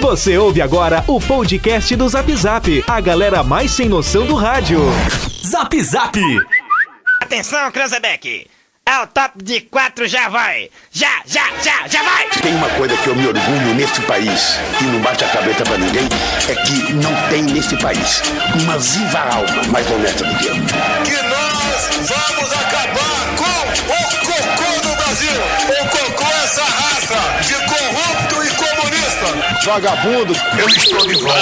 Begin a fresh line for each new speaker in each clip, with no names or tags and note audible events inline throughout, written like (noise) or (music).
Você ouve agora o podcast do Zap Zap, a galera mais sem noção do rádio.
Zap Zap!
Atenção, Cranzebeck! É o top de quatro, já vai! Já, já, já, já vai!
Tem uma coisa que eu me orgulho neste país e não bate a cabeça pra ninguém, é que não tem neste país uma viva alma mais honesta do que eu.
que nós vamos acabar com o cocô do Brasil. O cocô é essa raça de corrupto e comunista.
Vagabundo, eu estou de volta.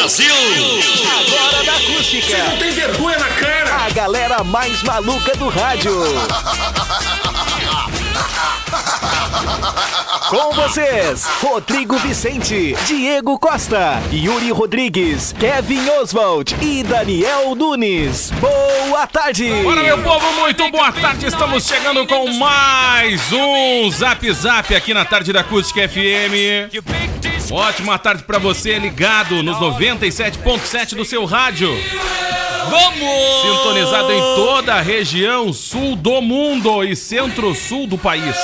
Agora da acústica. Você não tem vergonha na cara. A galera mais maluca do rádio. Com vocês, Rodrigo Vicente, Diego Costa, Yuri Rodrigues, Kevin Oswald e Daniel Nunes. Boa tarde.
Bora, meu povo, muito boa tarde. Estamos chegando com mais um Zap Zap aqui na tarde da Acústica FM. Ótima tarde pra você, ligado nos 97.7 do seu rádio. Vamos! Sintonizado em toda a região sul do mundo e centro-sul do país.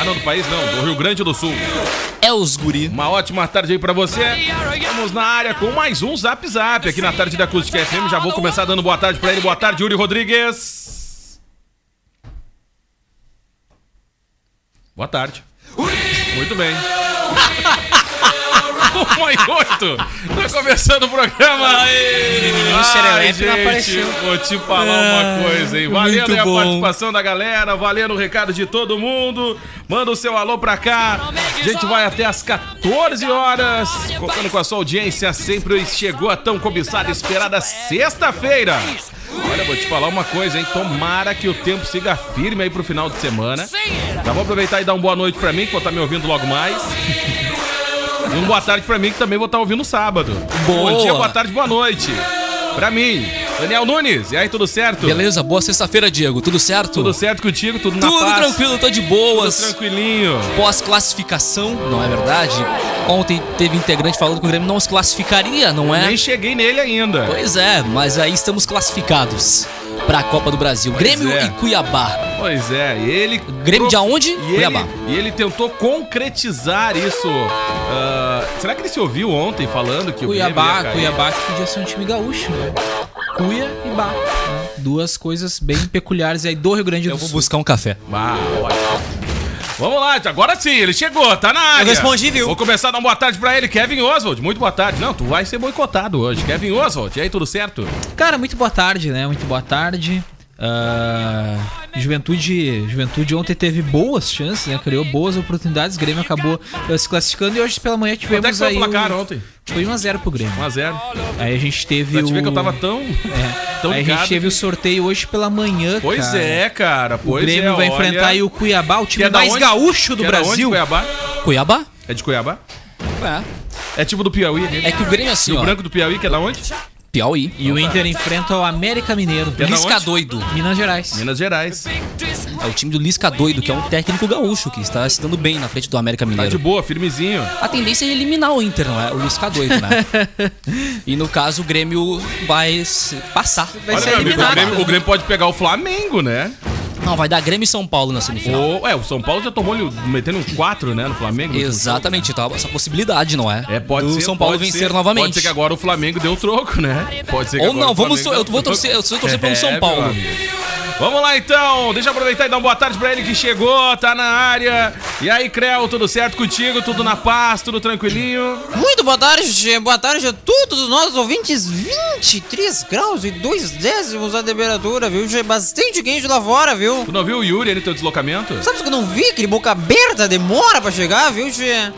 Ah, não, do país não, do Rio Grande do Sul.
É os guri.
Uma ótima tarde aí pra você. Vamos na área com mais um Zap Zap aqui na tarde da Acústica FM. Já vou começar dando boa tarde pra ele. Boa tarde, Yuri Rodrigues. Boa tarde. Muito bem. (laughs) Uma e oito. Tá começando o programa.
o
Ai,
Serelepe não
gente,
apareceu. Ah,
vou te falar uma coisa, hein? Valendo
muito
aí a
bom.
participação da galera, valendo o recado de todo mundo. Manda o seu alô pra cá. A gente vai até às 14 horas, contando com a sua audiência sempre. E chegou a tão cobiçada e esperada sexta-feira. Olha, vou te falar uma coisa, hein? Tomara que o tempo siga firme aí pro final de semana. Já vou aproveitar e dar uma boa noite pra mim, que vou estar me ouvindo logo mais. E um boa tarde pra mim, que também vou estar ouvindo sábado.
Boa.
Bom dia, boa tarde, boa noite. Pra mim, Daniel Nunes. E aí, tudo certo?
Beleza, boa sexta-feira, Diego. Tudo certo?
Tudo certo contigo? Tudo na
Tudo
paz?
tranquilo, tô de
Tudo
boas.
tranquilinho.
Pós-classificação, não é verdade? Ontem teve integrante falando que o Grêmio não se classificaria, não é?
Nem cheguei nele ainda.
Pois é, mas aí estamos classificados pra Copa do Brasil. Grêmio
é.
e Cuiabá.
Pois é, e ele...
Grêmio de aonde?
E ele, e ele tentou concretizar isso. Ah, será que ele se ouviu ontem falando que o Grêmio ia
Cuiabá,
cair?
Cuiabá que podia ser um time gaúcho, né? Cuia e Bá. né? Duas coisas bem peculiares aí do Rio Grande do
Eu vou
Sul.
buscar um café.
Ah, ótimo. Vamos lá, agora sim, ele chegou, tá na área.
respondi, viu?
Vou começar a dar uma boa tarde pra ele, Kevin Oswald. Muito boa tarde. Não, tu vai ser boicotado hoje. Kevin Oswald, e aí, tudo certo?
Cara, muito boa tarde, né? Muito boa tarde. Ah, Juventude, Juventude ontem teve boas chances, né? Criou boas oportunidades. O Grêmio acabou eh, se classificando e hoje pela manhã tivemos
Quanto é que foi
aí
o placar
o-
ontem?
Foi 1 a 0 pro Grêmio.
1x0.
Aí a gente teve
Pra te ver
o-
que eu tava tão,
É.
tão
aí a
ligado.
gente teve o sorteio hoje pela manhã,
Pois
cara.
é, cara.
O
Pois
Grêmio
é,
vai
olha.
enfrentar aí o Cuiabá, o
Que
time
é da
mais
onde?
gaúcho do
Que é da onde,
Brasil.
Cuiabá?
Cuiabá?
É de Cuiabá?
É.
É tipo do Piauí. né?
É que o Grêmio assim,
E o
ó.
branco do Piauí, que é da onde?
Piauí.
E o Inter enfrenta o América Mineiro,
é da
Lisca
onde?
doido.
Minas Gerais.
Minas Gerais. Tá
É o time do Lisca doido, que é um técnico gaúcho que está se dando bem na frente do América
Tá de
Mineiro.
boa, firmezinho.
A tendência é eliminar o Inter, não é? O Lisca doido, né? (laughs) e no caso o Grêmio vai se passar.
Vai
Olha,
ser
meu amigo, o
Tá eliminado.
Grêmio, o Grêmio pode pegar o Flamengo, né?
Não, vai dar Grêmio e São Paulo na semifinal.
Ou, é, o São Paulo já tomou ele metendo um 4, né, no Flamengo. no último
Exatamente, tá essa possibilidade, não é?
É, pode
Do
ser.
São Paulo
pode
vencer
ser,
novamente.
Pode ser que agora o Flamengo deu o troco, né? Pode ser que
Ou
agora
não,
o
vamos
Flamengo
tor- eu
dê
vou
o troco. É,
torcer- eu sou torcer
(laughs)
pelo São
meu
Paulo.
amigo. Vamos lá então, deixa eu aproveitar e dar uma boa tarde pra ele que chegou, tá na área. E aí, Creu, tudo certo contigo? Tudo na paz, tudo tranquilinho?
Muito boa tarde, boa tarde a todos os nossos ouvintes. 23 graus e 2 décimos a temperatura, viu? Já é bastante quente lá fora, viu?
Tu não viu o Yuri ali, teu deslocamento?
Sabe o que eu não vi? Aquele boca aberta demora pra chegar, viu, Tchê?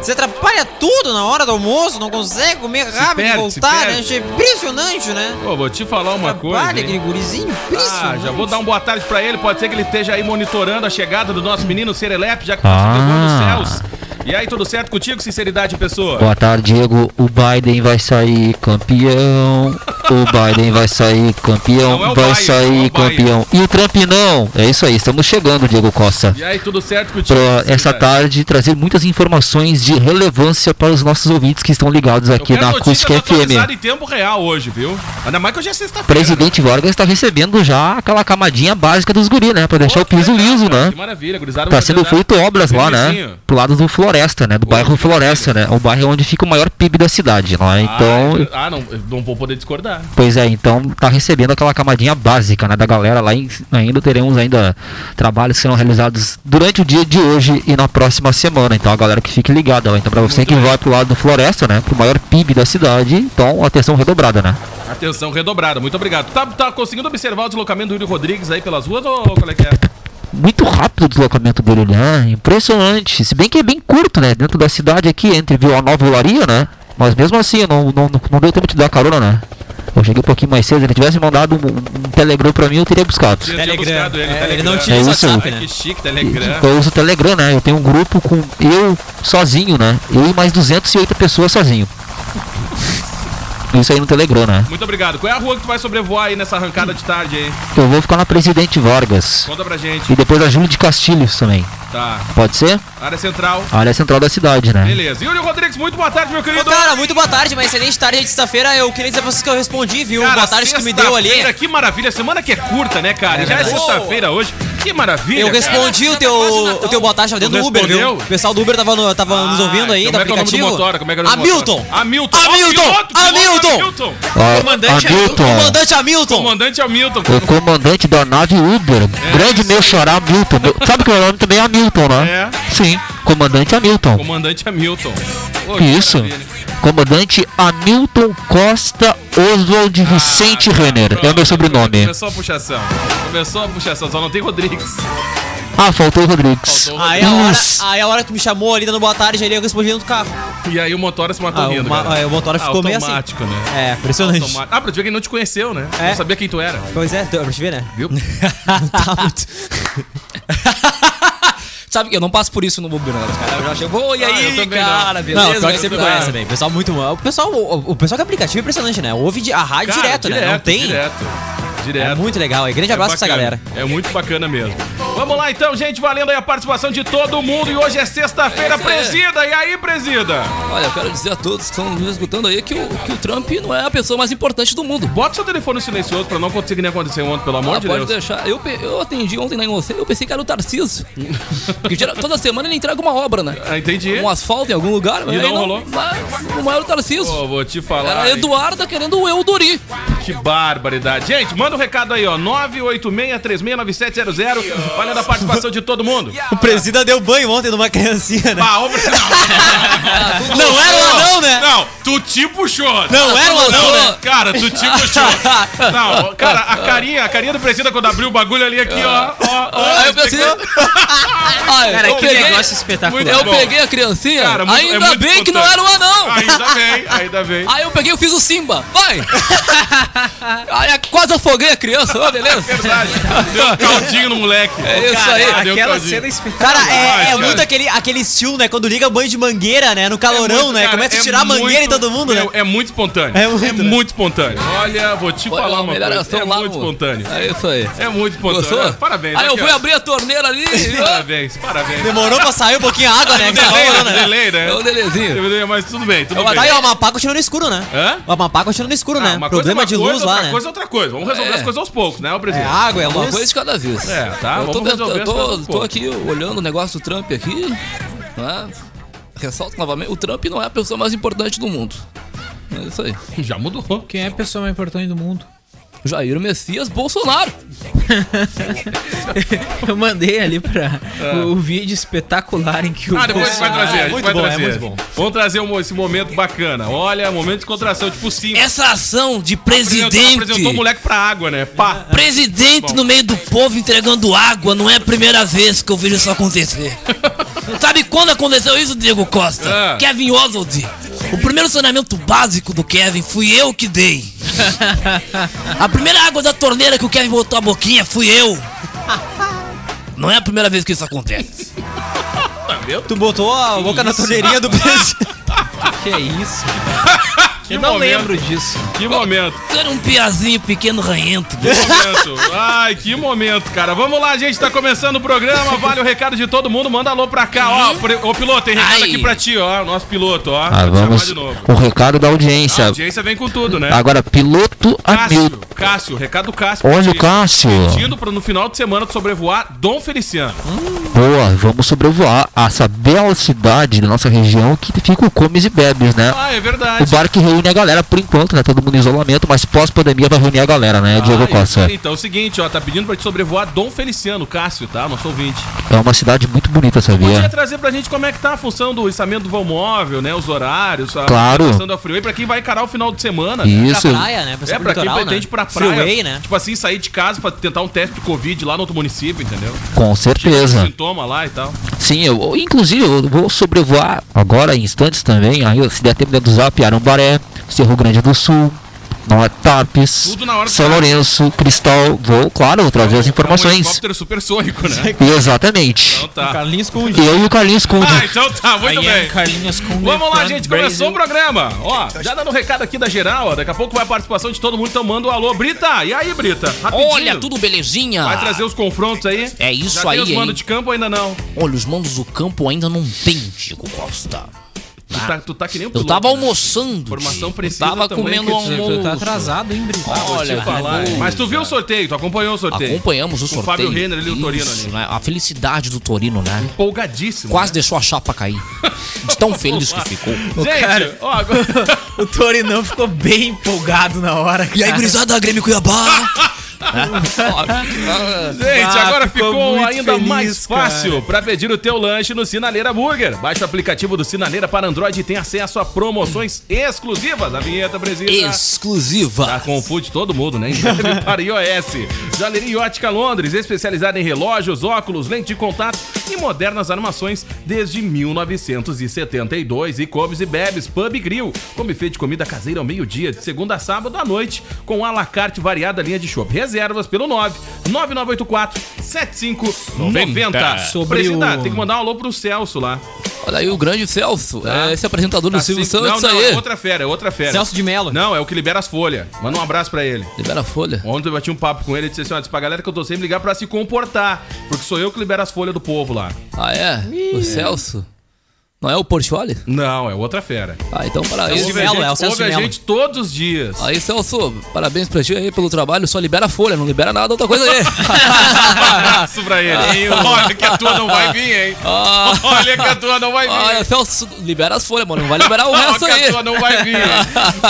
Você atrapalha tudo na hora do almoço, não consegue comer rápido e
perde, se
voltar, né?
perde.
Tchê? Impressionante, né?
Pô, vou te falar uma coisa.
Atrapalha aquele
hein?
gurizinho,
Ah,
impressionante.
já vou dar uma boa tarde pra ele. Pode ser que ele esteja aí monitorando a chegada do nosso menino Serelepe, já que tá se dos céus. E aí, tudo certo contigo, sinceridade, pessoa?
Boa tarde, Diego. O Biden vai sair campeão. eh, O Biden vai sair campeão.
Não é o
vai
Biden, não é o
sair campeão. E o Trump não. É isso aí. Estamos chegando, Diego Costa.
E aí, tudo certo contigo?
Para essa
sinceridade?
tarde trazer muitas informações de relevância para os nossos ouvintes que estão ligados
Eu
aqui
quero
na
notícias
Acústica
atualizadas
FM.
em tempo real hoje, viu? Ainda mais que hoje é sexta-feira.
Presidente Vargas está recebendo já aquela camadinha básica dos guri, né?
Pô,
Para deixar o piso
verdade,
liso,
cara,
né?
Que maravilha, gurizada.
Tá sendo feito obras lá, né? Pro lado do Floresta, né? Do bairro Floresta, né? O bairro onde fica o maior PIB da cidade, não é? Então,
Ah, não, eu não vou poder discordar.
Pois é, então tá recebendo aquela camadinha básica, né, da galera lá em- ainda teremos ainda trabalhos que serão realizados durante o dia de hoje e na próxima semana. Então a galera que fique ligada lá. Então pra você que vai pro lado do Floresta, né, pro maior PIB da cidade, então atenção redobrada, né?
Atenção redobrada, muito obrigado. Tá, tá conseguindo observar o deslocamento do Yuri Rodrigues aí pelas ruas ou qual é que é?
Muito rápido o deslocamento dele, né? Impressionante. Se bem que é bem curto, né, dentro da cidade aqui, entre Vila Nova e Olaria, né? Mas mesmo assim, não, não, não deu tempo de dar carona, né? Eu cheguei um pouquinho mais cedo, se ele tivesse mandado um, um telegram pra mim, eu teria buscado.
Tinha- tinha
Telegram.
buscado Ele,
É, ele
Telegram.
não
É
utiliza
isso.
WhatsApp,
Ai,
né?
que chique, Telegram.
Eu uso o Telegram, né? Eu tenho um grupo com eu sozinho, né? Eu e mais 208 pessoas sozinho. Isso aí no Telegram, né?
Muito obrigado. Qual é a rua que tu vai sobrevoar aí nessa arrancada de tarde aí?
Eu vou ficar na Presidente Vargas.
Conta pra gente.
E depois a Júlio de Castilhos também.
Tá.
Pode ser? Ah, é
Área central.
A área central da cidade, né?
Beleza. Yuri Rodrigues, muito boa tarde, meu
Ô,
querido.
cara, muito boa tarde, uma excelente tarde de sexta-feira. Eu queria dizer pra vocês que eu respondi, viu? boa tarde que tu me deu ali.
sexta-feira, Que maravilha. Semana que é curta, né, cara? E Já é
verdade.
sexta-feira hoje. Que maravilha.
Eu
cara.
respondi o teu, o teu boa tarde tava dentro
Tu
do Uber, viu?
respondeu?
O pessoal do Uber tava, no- tava nos ouvindo aí,
Como
do
é que é o nome do
aplicativo.
motora? Como é que é o nome do
Hamilton!
motora? Hamilton! Ó,
Hamilton!
piloto, piloto,
Hamilton!
Ó,
comandante é
Hamilton,
Comandante Hamilton!
Comandante é Hamilton.
o comandante da nave Uber.
É.
Grande meu chorar, Hamilton. Meu- Sabe que o nome também é Hamilton, né?
É.
Sim, comandante Hamilton.
Comandante é Hamilton. Pô, que
Isso.
maravilha.
Comandante Hamilton Costa Oswald Vicente Renner. É
Ah,
o meu
tá. Pronto,
sobrenome.
Começou a puxação. Começou a puxação, só não tem Rodrigues.
Ah, faltou o Rodrigues.
Faltou o
Aí a, hora,
Nossa.
Ah, tá.
aí a hora que tu me chamou ali dando boa tarde, ali eu respondi dentro do carro.
Rodrigues. E aí o motora se matou
Ah, o
rindo,
ma-
cara.
é, o motora ficou meio assim.
Automático, né?
É, impressionante.
Automático. Ah, pra te ver que ele não te conheceu, né?
É.
Não sabia quem tu era.
Pois é, deu pra te ver, né?
Viu?
(laughs) tá muito.
(laughs) Sabe que eu não passo por isso no Uber, né? Os caras já chegam, "Ô, e
Ah, eu
aí,
também não.
cara, beleza?
Não, pior que você me
Tudo bem?"
conhece, velho. O pessoal muito. O pessoal, o, o pessoal do aplicativo é impressionante, né? Ouve de- a rádio
Cara,
direto, né? Não tem?
Direto. Direto.
É muito legal aí. Grande abraço pra essa
bacana.
galera.
É muito bacana mesmo. Vamos lá então, gente, valendo aí a participação de todo mundo. E hoje é sexta-feira,
É isso aí.
presida. E aí, presida?
Olha, eu quero dizer a todos que estão nos escutando aí que o, que o Trump não é a pessoa mais importante do mundo.
Bota seu telefone silencioso pra não acontecer que nem aconteceu ontem, pelo amor
Ah,
de
pode
Deus.
deixar. Eu, pe- eu atendi ontem na Inocê, eu pensei que era o Tarcísio. Porque geral- toda semana ele entrega uma obra, né?
Ah, entendi.
Um asfalto em algum lugar. mas
E
aí
não rolou?
Mas o maior Tarcísio.
Pô, vou te falar.
Era
hein?
Eduarda querendo o Eudori.
Que barbaridade. Gente, manda um recado aí, ó. 986-369700. Olha a participação de todo mundo.
(laughs)
O presida deu um banho ontem numa (laughs) criancinha, né?
Bah, ô, Não,
Não era lá não, né?
Não, tu te puxou.
Ah,
Não
tá
era lá não, né?
Cara, tu te puxou. Não, cara, a carinha, a carinha do presida quando abriu o bagulho ali aqui, ó. ó, ó
Aí eu pensei. (laughs) Ai,
Cara,
eu
que
peguei-
negócio espetacular.
Muito
Eu
bom.
peguei a criancinha,
Cara, muito- é
ainda
muito
bem que não
espontâneo.
era o anão. Ah,
Ainda bem, ainda bem.
Aí eu peguei e fiz o Simba.
(laughs)
Vai! Aí quase afoguei a criança, ó, beleza?
É Verdade. Deu
(laughs)
um caldinho no moleque.
É isso aí.
Cadê o
Aquela
caldinho?
cena espetacular.
Cara,
Ai,
é, é
cara.
muito aquele, aquele estilo, né? Quando liga banho de mangueira, né? No calorão,
É muito,
né?
cara,
Começa a
é
tirar a mangueira em
muito-
todo mundo, né?
Meu, É muito espontâneo.
É muito, né?
espontâneo. Olha, vou te
Foi
falar
a
uma
melhor
coisa.
ação
É
lá,
muito
pô.
espontâneo.
É isso aí.
É muito espontâneo.
Gostou? né?
É, Parabéns.
Aí eu
aqui,
fui
ó.
abrir a torneira (laughs) ali.
Parabéns, parabéns.
Demorou pra
É.
sair um pouquinho a água, né? Que tava
Delay, né?
rolando, né?
Delay, né?
É um delezinho.
Delay, Mas tudo bem, tudo
Tá aí,
bem.
ó, o Amapá continua no escuro, né?
Hã?
O Amapá continua no escuro,
Ah,
né?
uma coisa é
Problema
uma
de
coisa,
luz lá,
outra
né?
coisa é outra coisa. Vamos resolver
É.
as coisas aos poucos, né, ô
É
presidente?
ah,
água, é
Uma
luz.
coisa de cada vez.
É, tá,
Eu tô,
vamos
tentando-
resolver
eu tô,
essa-
tô aqui olhando o negócio do Trump aqui. Né? Ressalto novamente, o Trump não é a pessoa mais importante do mundo. É isso aí.
Já mudou.
Quem é a pessoa mais importante do mundo?
Jair Messias Bolsonaro.
(laughs) Eu mandei ali pra o, o vídeo espetacular em que o.
Ah, É. depois a gente vai
Bolsonaro-
trazer, a gente
Muito
vai
bom,
trazer.
É muito bom.
Vamos trazer um- esse momento bacana. Olha, momento de contração, tipo sim.
Essa ação de
Apresentou,
presidente.
apresentou o moleque pra água, né? Pá.
É,
tá
Presidente no meio do povo entregando água não é a primeira vez que eu vejo isso acontecer. Sabe quando aconteceu isso, Diego Costa?
Ah.
Kevin Oswald. O primeiro saneamento básico do Kevin fui eu que dei. A primeira água da torneira que o Kevin botou a boquinha fui eu. Não é a primeira vez que isso acontece.
Tu botou a boca na torneirinha do presidente.
(laughs)
Que é isso?
Que
eu não
momento.
lembro disso.
Que momento,
Tu era um piazinho pequeno ranhento.
que momento. Ai, que momento, cara. Vamos lá, gente. Tá começando o programa. Vale o recado de todo mundo. Manda alô pra cá, ó. pre- Ô, piloto, tem recado
Ai.
aqui pra ti, ó. Nosso piloto, ó.
Ah,
Vou te chamar
vamos.
de novo.
O recado da
A
audiência.
audiência vem com tudo, né?
Agora, piloto
Cássio,
Hamilton.
Cássio, recado do Cássio.
Olha o
Pedindo-
Cássio.
Pedindo pra no final de semana tu sobrevoar Dom Feliciano.
Boa, vamos sobrevoar essa bela cidade da nossa região que fica o Comes e Bebes, né?
Ah, é
O
verdade.
bar que reúne a galera por enquanto, né? Todo mundo em isolamento, mas pós-pandemia vai reunir a galera, né? Diego
Ah, isso
Costa.
aí. Então é o seguinte, ó, tá pedindo pra te sobrevoar Dom Feliciano, Cássio, tá? Nosso ouvinte.
É uma cidade muito bonita,
Podia
sabia?
trazer pra gente como é que tá a função do orçamento do vão móvel, né? Os horários, a
Claro.
organização da Freeway, pra quem vai encarar o final de semana. né?
Isso.
Pra praia, né?
É,
pro
pra quem
litoral,
pretende ir
né?
pra praia.
Freeway, né?
Tipo assim, sair de casa pra tentar um teste de Covid lá no outro município, entendeu?
Com certeza.
Sintoma lá e tal.
Sim, eu, eu- inclusive eu vou sobrevoar agora em instantes também. Aí, se der tempo dentro do zap, Arambaré, Cerro Grande do Sul, Nova Tapes,
Tudo na hora do
São
zap.
Lourenço, Cristal. Vou, claro, vou trazer as
É um
informações.
helicóptero supersônico, né?
é
Então
Exatamente.
tá.
Carlinhos com
Eu e o Carlinhos Conde.
Ah, então tá, muito
é
bem.
Carlinhos com
Vamos lá, gente, começou o programa. Ó, já dando um recado aqui da geral, ó, daqui a pouco vai a participação de todo mundo, então manda o alô. Brita, e aí, Brita? Rapidinho.
Olha, tudo belezinha.
Vai trazer os confrontos aí?
É isso
Já
aí,
Tem os mando
hein?
de campo ou ainda não?
Olha, os mandos do campo ainda não tem, Diego Costa.
Tu tá, tu tá que nem o
Eu
piloto,
tava
né?
almoçando.
Informação
Diego.
precisa
Eu tava
também,
comendo
que
um
tu-
almoço.
Tá atrasado, hein, Brito?
Olha,
Ah, Falar, hein? Mas tu viu o sorteio, tu acompanhou o sorteio.
acompanhamos o
Com o
sorteio.
Fábio Renner ali, o Torino
Isso,
ali.
né? A felicidade do Torino, né?
Empolgadíssimo.
Quase deixou a chapa cair. De tão feliz que ficou.
(laughs) Gente,
cara.
ó, agora... (laughs)
O Torinão ficou bem empolgado na hora.
E aí, gurizada,
(laughs)
Grêmio Cuiabá.
Gente,
Ah,
agora ficou,
ficou muito
ainda
feliz,
mais fácil para pedir o teu lanche no Sinaleira Burger. Baixe o aplicativo do Sinaleira para Android e tem acesso a promoções exclusivas. A vinheta precisa. Ah,
Exclusiva.
confunde todo mundo, né? Em breve (laughs) para iOS. Joalheria e Ótica Londres, especializada em relógios, óculos, lente de contato e modernas armações desde 1972. E comes e bebes, pub e grill, com buffet de comida caseira ao meio-dia, de segunda a sábado à noite, com à la carte variada linha de chopp. Reservas pelo 9 9984 7590.
Sobre
Presidente,
o-
tem que mandar um alô pro Celso lá.
Olha aí o grande Celso. é Esse apresentador do Silvio
Assim-
Santos
Tá. não, não,
aí.
é outra fera, é outra fera.
Celso de Mello.
Não, é o que libera as folhas. Manda um abraço pra ele.
Libera a folha.
Ontem eu bati um papo com ele e disse assim: ó, diz pra galera que eu tô sempre ligar pra se comportar, porque sou eu que libero as folhas do povo lá.
Ah, é? O Celso? Não é o Portioli?
Não, é outra fera.
Ah, então
Celso
parabéns.
de Mello, é o Celso
ouve
de
a
Mello.
gente todos os dias.
Aí, Celso, parabéns pra ti aí pelo trabalho. Só libera a folha, não libera nada, outra coisa aí.
Um Abraço pra ele. Olha que a tua não vai vir, hein?
Ah.
Olha que a tua não vai vir.
Olha, Celso, libera as folhas, mano. Não vai liberar o
Olha
resto
que a
aí.
tua não vai
(laughs)
vir. hein?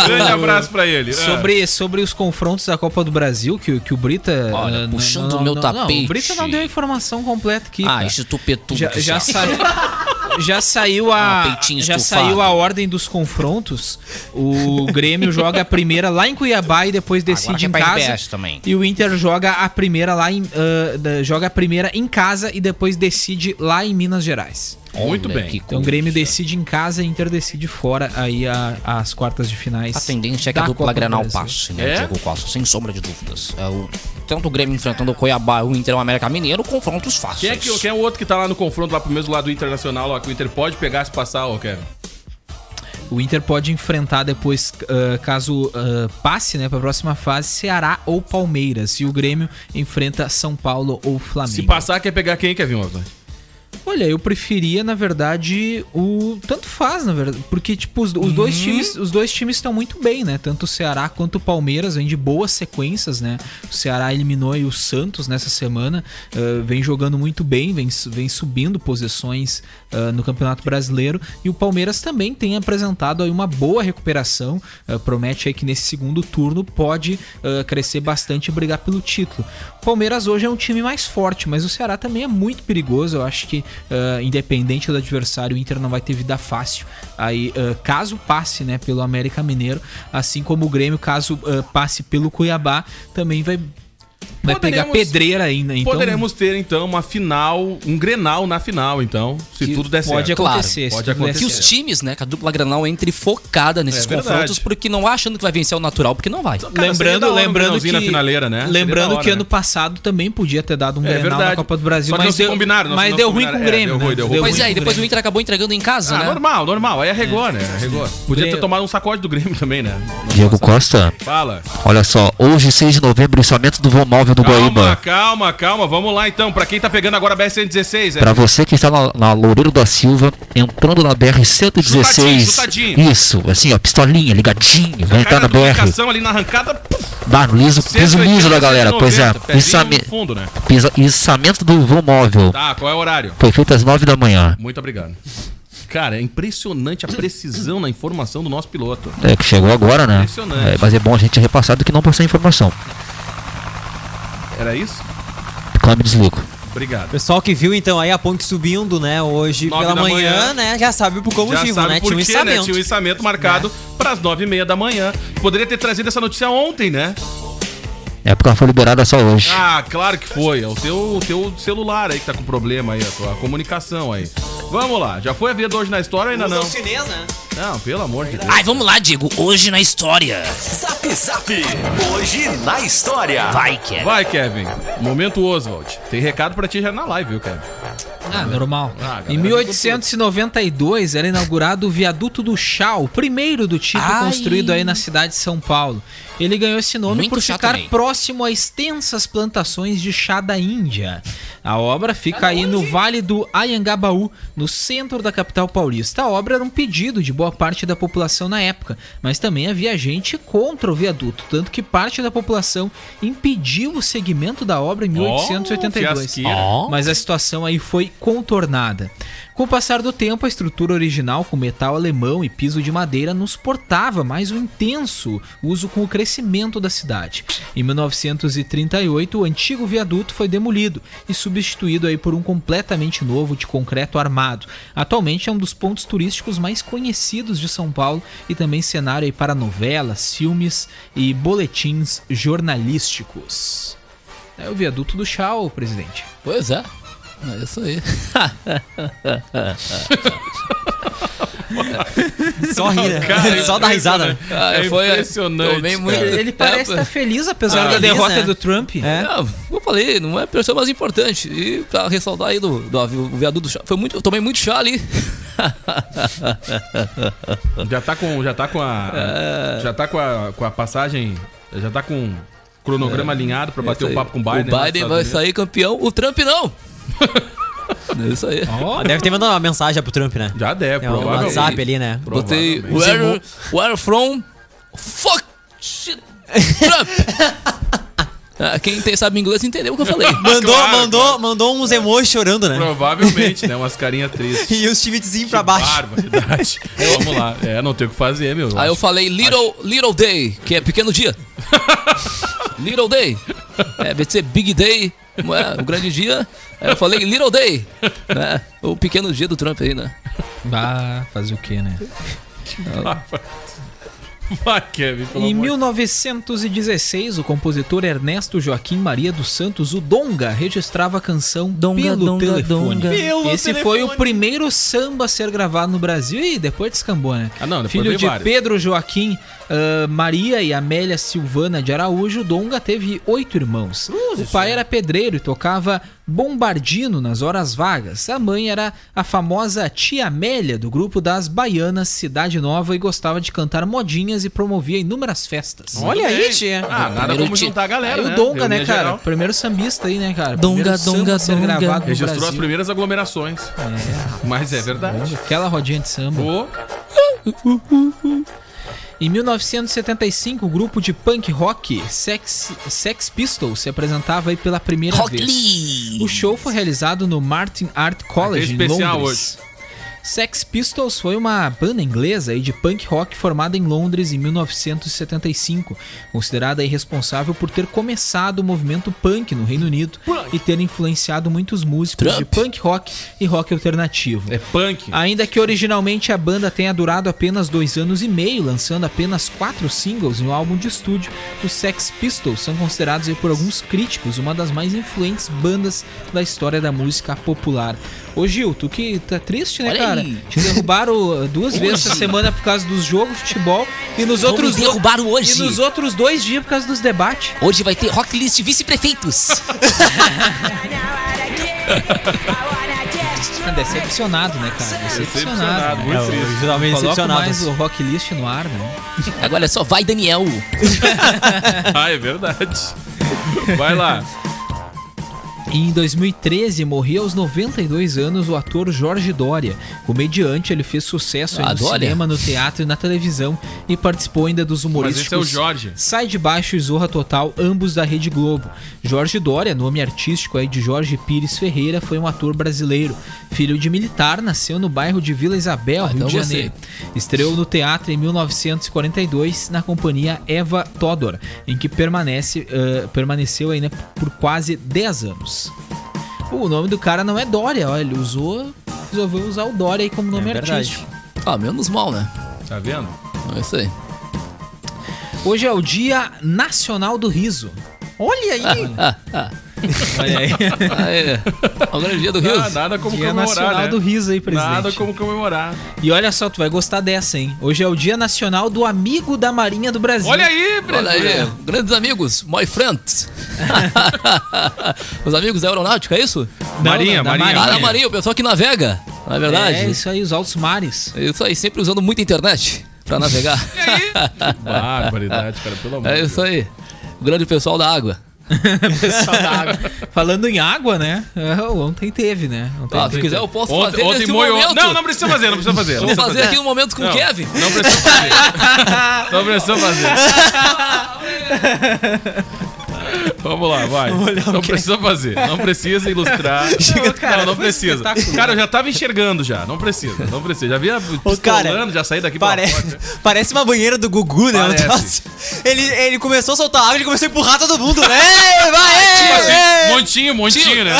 Grande abraço pra ele. Ah.
Sobre, sobre os confrontos da Copa do Brasil, que, o- que o Brita.
Olha,
eh,
puxando o meu tapete.
o Brita não deu a informação completa aqui.
Ah,
cara.
esse tupetudo.
já,
que
já
saco. (laughs)
saiu. Já saiu
Ah,
a.
peitinho
já
estufado.
saiu a ordem dos confrontos.
(laughs)
O Grêmio joga a primeira lá em Cuiabá e depois decide em
Agora que é pra
casa.
RBS também.
E o Inter joga a primeira lá em. ah, da- joga a primeira em casa e depois decide lá em Minas Gerais.
Muito
Olha,
bem.
que
Então o
coisa.
Grêmio decide em casa e Inter decide fora aí a- as quartas de finais.
A tendência é que a
da Copa
dupla
do
Granal
Brasil.
passe, né,
É?
Diego Costa? Sem sombra de dúvidas. É o, tanto o Grêmio enfrentando o Cuiabá e o Inter e o América Mineiro, confrontos fáceis.
Quem é, que, quem é o outro que tá lá no confronto, lá pro mesmo lado do Internacional, ó, que o Inter pode pegar se passar, ó, Kevin?
O Inter pode enfrentar depois, ah, caso ah, passe né, para a próxima fase, Ceará ou Palmeiras. E o Grêmio enfrenta São Paulo ou Flamengo.
Se passar, quer pegar quem, Kevin? Oswald?
Olha, eu preferia, na verdade, o. Tanto faz, na verdade. Porque, tipo, os, os dois times os dois times estão muito bem, né? Tanto o Ceará quanto o Palmeiras vem de boas sequências, né? O Ceará eliminou aí o Santos nessa semana. ah, vem jogando muito bem, vem, su- vem subindo posições ah, no Campeonato Brasileiro. E o Palmeiras também tem apresentado aí uma boa recuperação. ah, promete aí que nesse segundo turno pode ah, crescer bastante e brigar pelo título. O Palmeiras hoje é um time mais forte, mas o Ceará também é muito perigoso. Eu acho que, ah, independente do adversário, o Inter não vai ter vida fácil. Aí, ah, caso passe né, pelo eh, América Mineiro, assim como o Grêmio, caso ah, passe pelo Cuiabá, também vai Vai pegar
Poderemos-
pedreira ainda, então.
Poderemos ter, então, uma final, um Grenal na final, então, se
que
tudo der
pode
certo.
Acontecer,
Pode
se tudo der
acontecer.
Que os times, né, com a dupla Granal entre focada nesses
É verdade.
confrontos, porque não achando que vai vencer o natural, porque não vai.
Cara, seria da
lembrando,
hora um
lembrando que
Grenalzinho na finaleira, né? Seria
Lembrando
da hora,
que
né?
ano passado também podia ter dado um
É
Grenal
verdade.
na Copa do Brasil,
Só que não
mas
se
deu,
combinaram, não
mas
se não
deu ruim com
combinaram.
o
É,
Grêmio,
deu ruim,
né?
deu ruim.
Pois
ruim
é,
com
e depois o
Grêmio.
Inter acabou entregando em casa,
Ah,
né?
normal, normal. Aí arregou, né? Arregou. Podia ter
Grêmio-
tomado um sacode do Grêmio também, né?
Diego Costa,
Fala.
olha só, hoje 6 de novembro, içamento do voo móvel do
Calma,
Guaíba.
calma, calma. Vamos lá, então. Pra quem tá pegando agora a BR-116, é
Pra você que está na, na Loureiro da Silva, entrando na BR-116.
Chutadinho, chutadinho.
Isso, assim, ó, pistolinha, ligadinho, vai
Cai
entrar na BR.
duplicação ali na arrancada.
Dá no liso, piso
180,
liso da galera, pois é.
190, pezinho
içame-
no fundo, né?
pisa- içamento do voo móvel.
Tá, qual é o horário?
Foi feito às 9 da manhã.
Muito obrigado. Cara, é impressionante a precisão na informação do nosso piloto.
É que chegou agora, né?
Impressionante.
É, mas é bom a gente repassar do que não passar informação.
Era isso?
Câmbio e desligo.
Obrigado.
Pessoal que viu então aí a ponte subindo, né, hoje
Nove
pela
da
manhã,
manhã.
né, já sabe por
Já
combustível,
sabe
né?
por
Tinha um né?
quê, né?
içamento.
Tinha um içamento marcado para as nove e meia da manhã. Poderia ter trazido essa notícia ontem, né?
É porque ela foi liberada só hoje.
Ah, claro que foi. É o teu, o teu celular aí que tá com problema aí, a tua comunicação aí. Vamos lá. Já foi a vida hoje na história ou ainda não?
Usam chinês, né?
Não, pelo amor de Deus.
Ai, vamos lá, Diego. Hoje na história.
Zap Zap, hoje na história.
Vai, que é.
Vai, Kevin. Momento Oswald. Tem recado pra ti já na live, viu,
(laughs)
Kevin?
Ah, normal.
Ah, galera,
em 1892 era inaugurado o viaduto do Chá, o primeiro do tipo
Ai.
construído aí na cidade de São Paulo. Ele ganhou esse nome
Muito
por
chá
ficar
também.
próximo a extensas plantações de chá da Índia. A obra fica aí no Vale do Ayangabaú, no centro da capital paulista. A obra era um pedido de boa parte da população na época, mas também havia gente contra o viaduto, tanto que parte da população impediu o segmento da obra em 1882.
fiasqueira.
Ó.
Mas a situação aí foi contornada. Com o passar do tempo, a estrutura original com metal alemão e piso de madeira não suportava mais o intenso uso com o crescimento da cidade. Em 1938, o antigo viaduto foi demolido e substituído aí por um completamente novo de concreto armado. Atualmente é um dos pontos turísticos mais conhecidos de São Paulo e também cenário aí para novelas, filmes e boletins jornalísticos. É o viaduto do Chau, presidente.
Pois é. É isso aí.
Só rir, né?
Cara,
Só dá risada. né?
(laughs) Ah,
É,
é
foi-
impressionante.
tomei muito-
cara.
Ele, ele parece tá- estar feliz apesar
Ah,
da
feliz,
É, derrota
né?
do Trump.
É.
Ah, eu falei, não é a pessoa mais importante. E pra ressaltar aí do, do avi- o viaduto do chá, foi muito, eu tomei muito chá ali.
Já tá com, já tá com a, já tá com a, com a passagem, já tá com o cronograma alinhado pra bater o papo com o Biden. né,
O Biden vai sair campeão, o Trump
(laughs)
não. é isso aí.
Ó, Deve ter mandado uma mensagem pro Trump, né?
Já deve,
um
É, o
provavelmente.
WhatsApp ali, né?
Botei
Provavelmente.
where, where from fuck shit, Trump.
(laughs)
Ah, quem tem- sabe inglês entendeu o que eu falei.
Mandou,
claro,
mandou, mandou uns emojis chorando, né?
Provavelmente, né? Umas carinhas tristes.
E os timezinhos pra baixo.
Barbaridade. Vamos lá. É, não tem o que fazer, meu.
Aí eu falei little, little day, que é pequeno dia.
(laughs)
little day. É, vai ser big day, não é? o grande dia. Aí eu falei little day, né? O pequeno dia do Trump aí, né?
Bah, fazer o quê, né?
Vai, Kevin, pelo
Em
amor de
1916, o compositor Ernesto Joaquim Maria dos Santos, o Donga, registrava a canção
Donga,
Pelo
Donga,
Telefone.
Donga.
Pelo
Esse
telefone.
foi o primeiro samba a ser gravado no Brasil e depois descambou, né?
Ah, não, depois
Filho
veio
de
vários.
Pedro Joaquim ah, Maria e Amélia Silvana de Araújo, Donga teve oito irmãos.
Uh,
o
é.
pai era pedreiro e tocava bombardino nas horas vagas. A mãe era a famosa tia Amélia do grupo das Baianas Cidade Nova e gostava de cantar modinhas e promovia inúmeras festas.
Olha aí,
Deus.
tia.
Ah, nada
Primeiro
como
ti-
juntar a galera,
Aí
né?
o Donga, né,
Reunir
cara?
geral.
Primeiro sambista aí, né, cara?
Donga,
Primeiro samba
donga,
a ser
donga.
gravado no
Registrou as
Brasil.
primeiras aglomerações. Mas é verdade.
Aquela rodinha de samba.
Pô,
Em 1975, o grupo de punk rock Sex, Sex Pistols se apresentava aí pela primeira vez.
Rockley.
O show foi realizado no Martin Art College,
Tem
em
especial
Londres. Sex Pistols foi uma banda inglesa aí de punk rock formada em Londres em 1975, considerada aí responsável por ter começado o movimento punk no Reino Unido e ter influenciado muitos músicos de punk rock e rock alternativo.
É punk.
Ainda que originalmente a banda tenha durado apenas dois anos e meio, lançando apenas quatro singles e um álbum de estúdio, os Sex Pistols são considerados aí por alguns críticos uma das mais influentes bandas da história da música popular. Ô Gil, tu que tá triste, né,
Olha
cara?
aí.
Te derrubaram uh, duas vezes essa semana por causa dos jogos de futebol e nos
Não
outros
me
do-
derrubaram hoje.
E nos outros dois dias por causa dos debates.
Hoje vai ter Rocklist Vice-Prefeitos.
Ah, Decepcionado, né, cara?
Decepcionado,
Decepcionado. né?
muito triste.
Geralmente
Coloca
decepcionado.
mais o rock list no ar, né?
Agora é só vai, Daniel.
Ah, é verdade. Vai lá.
Em 2013, morreu aos 92 anos o ator Jorge Doria. Comediante, ele fez sucesso aí
Ah,
no
Doria.
cinema, no teatro e na televisão e participou ainda
Mas
dos humorísticos
esse é o Jorge.
Sai de Baixo e Zorra Total, ambos da Rede Globo. Jorge Doria, nome artístico aí de Jorge Pires Ferreira, foi um ator brasileiro. Filho de militar, nasceu no bairro de Vila Isabel,
Ah,
Rio
então
de
eu gostei.
Janeiro. Estreou no teatro em 1942 na companhia Eva Todor, em que permanece, eh, permaneceu aí, né, por quase 10 anos. Pô, o nome do cara não é Dória, ó, ele usou, resolveu usar o Dória aí como nome
verdade.
artístico.
Ah, menos mal, né?
Tá vendo?
É isso aí.
Hoje é o Dia Nacional do Riso.
Olha aí.
Ah, ah.
Olha (laughs) aí.
Aí, agora é o dia do Rio.
Ah, nada como
Dia
comemorar,
Nacional
né?
do Riso aí, presidente.
Nada como comemorar.
E olha só, tu vai gostar dessa, hein? Hoje é o Dia Nacional do Amigo da Marinha do Brasil.
Olha aí,
Olha aí,
presidente.
grandes amigos, my friends. (laughs) Os amigos da aeronáutica, é isso?
Marinha,
Não, da
Marinha.
Ah, na Marinha, o pessoal que navega, não é verdade?
É, isso aí, os altos mares.
É isso aí, sempre usando muita internet pra
(laughs)
navegar.
Barbaridade, cara, pelo amor
é
de
isso aí. O grande pessoal da água.
Pessoal da água. Falando em água, né? É, ontem teve, né? Ontem
Ah, se
teve.
quiser eu posso
Ontem,
fazer
ontem
nesse
moiou.
momento.
Não, não precisa fazer, não precisa fazer. Não
Vou
precisa
fazer aqui um momento com o
Não.
Kevin.
Não precisa fazer.
(laughs)
Não precisa fazer. Vamos lá, vai. Não precisa fazer. Não precisa
(laughs)
ilustrar.
Chega, cara,
não, não
foi um
precisa.
espetáculo.
Cara, eu já tava enxergando já. Não precisa, não precisa. Já via
Ô, cara,
pistolando, já saí daqui
Pare...
pela porta.
(laughs) Parece uma banheira do Gugu, né?
Parece.
Um troço. Ele, ele começou a soltar água, ele começou a empurrar todo mundo. né? Ei,
Tipo
vai, ei,
assim,
(laughs) ei.
montinho, montinho, né?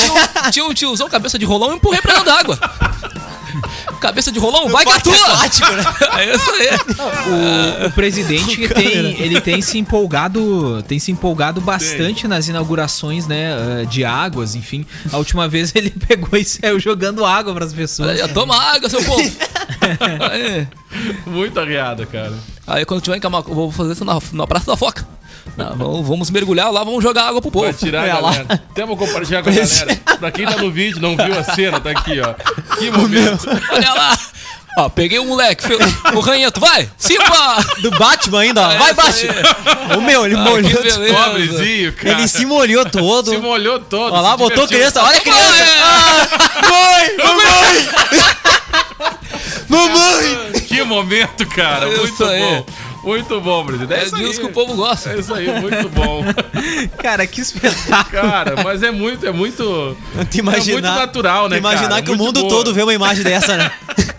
Tinha, um tiozão cabeça de rolão, eu empurrei pra dentro da água. Cabeça de rolão, vai que
parque
atua!
aquático, né?
(laughs) É isso aí.
O
(laughs)
presidente que tem, ele tem se empolgado, tem se empolgado bastante nas inaugurações, né, eh, de águas, enfim. A última vez ele (laughs) pegou e saiu jogando água pras pessoas.
Aí, Toma água, seu povo. Aí,
Muito arriada, cara.
aí quando tiver em Camacuã, eu vou fazer isso na, na Praça da Foca. Ah, vamos, vamos mergulhar lá, vamos jogar água pro povo.
Vai tirar a galera. Até vou compartilhar com a galera.
é.
Pra quem tá no vídeo, não viu a cena, tá aqui, ó. Que momento.
(laughs) Olha lá. Ó, peguei o moleque, fe- o ranhento, vai! É, Simba!
Do Batman ainda, ó. vai,
baixo.
Batman. Ô, meu, ele molhou.
beleza.
Pobrezinho, cara.
É. Ele se molhou todo.
Se molhou todo.
Olha lá,
se
botou
divertiu.
criança. Olha a criança.
é.
Ah, Mãe, mamãe. mamãe.
Que momento, cara.
Isso
Muito
aí.
bom. Muito bom, presidente. É,
É
isso
disso que
aí.
o povo gosta.
É isso aí, muito bom.
Cara, que espetáculo.
Cara, mas é muito, é
(laughs)
muito.
Te imaginar,
É muito natural, né,
Imaginar
cara?
que o
Muito
mundo
boa.
todo vê uma imagem dessa, né?
(laughs)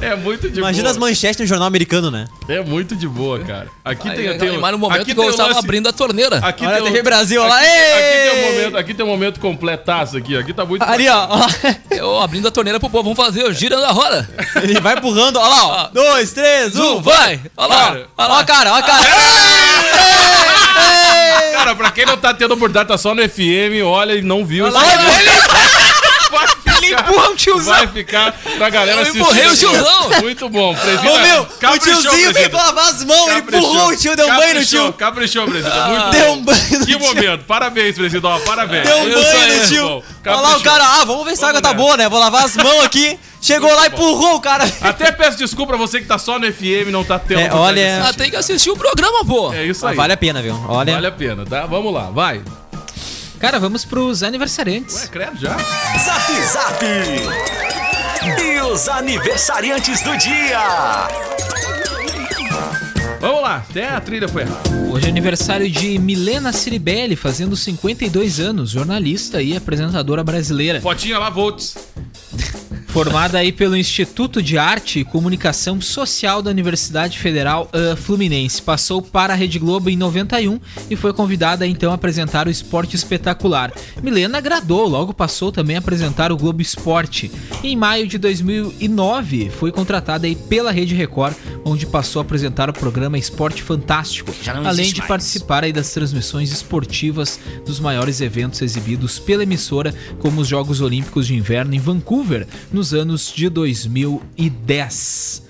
É muito de
Imagina as
boa.
manchetes no jornal americano, né?
É muito de boa, cara. Aqui
Aí,
tem,
aí,
tem o-
mas no momento
aqui
que eu
tem o
estava
lance-
abrindo a torneira.
Aqui
Olha a
tem o-
TV Brasil, olha lá.
Aqui tem um
Ei!
momento, aqui tem um momento completaço aqui, ó. aqui tá muito
Ali, ó. ó.
Eu abrindo a torneira pro povo, vamos fazer, ó, girando a roda.
Ele vai empurrando, ó lá, ó. Dois, três, um.
Zoom, vai! Olha lá,
Cara,
olha
Ó a
lá.
cara, ó a cara.
Cara, pra quem não tá tendo oportunidade, tá só no FM, olha e não viu isso.
Olha lá,
aí. Vai ficar-
empurra um tiozão.
Vai ficar pra galera
Eu empurrei
assistindo.
o tiozão.
Muito bom, presidente.
Ô meu, o
Caprichou,
tiozinho veio
presidente.
pra lavar as mãos, ele
Caprichou.
empurrou o tio, deu um banho no
Caprichou,
tio.
Caprichou, presidente. Muito bom.
Deu um banho no
Que
tio.
momento. Parabéns, presidente. Ó, parabéns.
Deu um
Isso aí,
banho no
muito
tio.
bom.
Olha lá o
Caprichou.
cara, ah, vamos ver se a água tá
Tá Vamos
boa, né? Vou lavar as
(laughs)
mãos aqui. Chegou lá e empurrou o cara.
Até peço desculpa pra você que tá só no FM, não tá tendo.
É,
oportunidade
olha-
de
Ah, tem que assistir o programa, pô.
assistir. É isso aí.
Ah, Vale
Vale
a pena, né? viu?
a,
Olha.
pena, tá? Vamos lá, vai.
Cara, vamos pros aniversariantes.
Ué, credo já.
Zap Zap! E os aniversariantes do dia!
Vamos lá. Até a trilha foi errada.
Hoje é aniversário de Milena Ciribelli, fazendo 52 anos, jornalista e apresentadora brasileira.
Fotinha lá, volts.
formada aí pelo Instituto de Arte e Comunicação Social da Universidade Federal ah, Fluminense. Passou para a Rede Globo em 91 e foi convidada então a apresentar o Esporte Espetacular. Milena agradou, logo passou também a apresentar o Globo Esporte. Em maio de 2009 foi contratada aí pela Rede Record, onde passou a apresentar o programa Esporte Fantástico,
Já não
além
existe
de
mais.
participar participar aí das transmissões esportivas dos maiores eventos exibidos pela emissora, como os Jogos Olímpicos de Inverno em Vancouver, nos anos de 2010.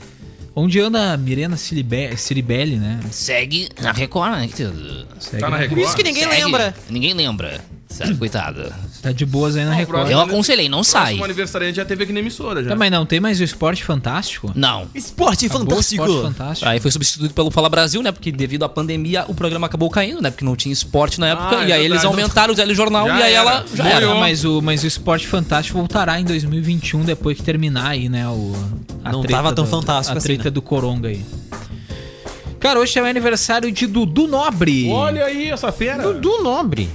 Onde anda a Mirena Cilibe- Ciribelli, né?
Segue na Record, né? querido?
Segue-
Tá na
Por isso que
Record?
ninguém
Segue.
lembra. Hum.
Ninguém lembra. Sabe, coitada.
Tá de boas aí na Record.
Eu aconselhei, não sai.
Próximo aniversariante já teve aqui na emissora, já.
Tá, mas não tem mais o Esporte Fantástico?
Não.
Esporte
Acabou o Esporte Fantástico.
Aí foi substituído pelo Fala Brasil, né? Porque devido à pandemia o programa acabou caindo, né? Porque não tinha esporte na época.
Ah, é
e aí eles
verdade.
aumentaram o telejornal
Já
e aí
era.
ela já
Morreu.
era.
Ah, mas, o, mas o Esporte Fantástico voltará em 2021, depois que terminar aí, né? O, a
Não
treta
tava tão
do-
fantástico
A
assim,
treta
né?
do Coronga aí. Cara, hoje é o aniversário de Dudu Nobre.
Olha aí essa fera.
Do Nobre.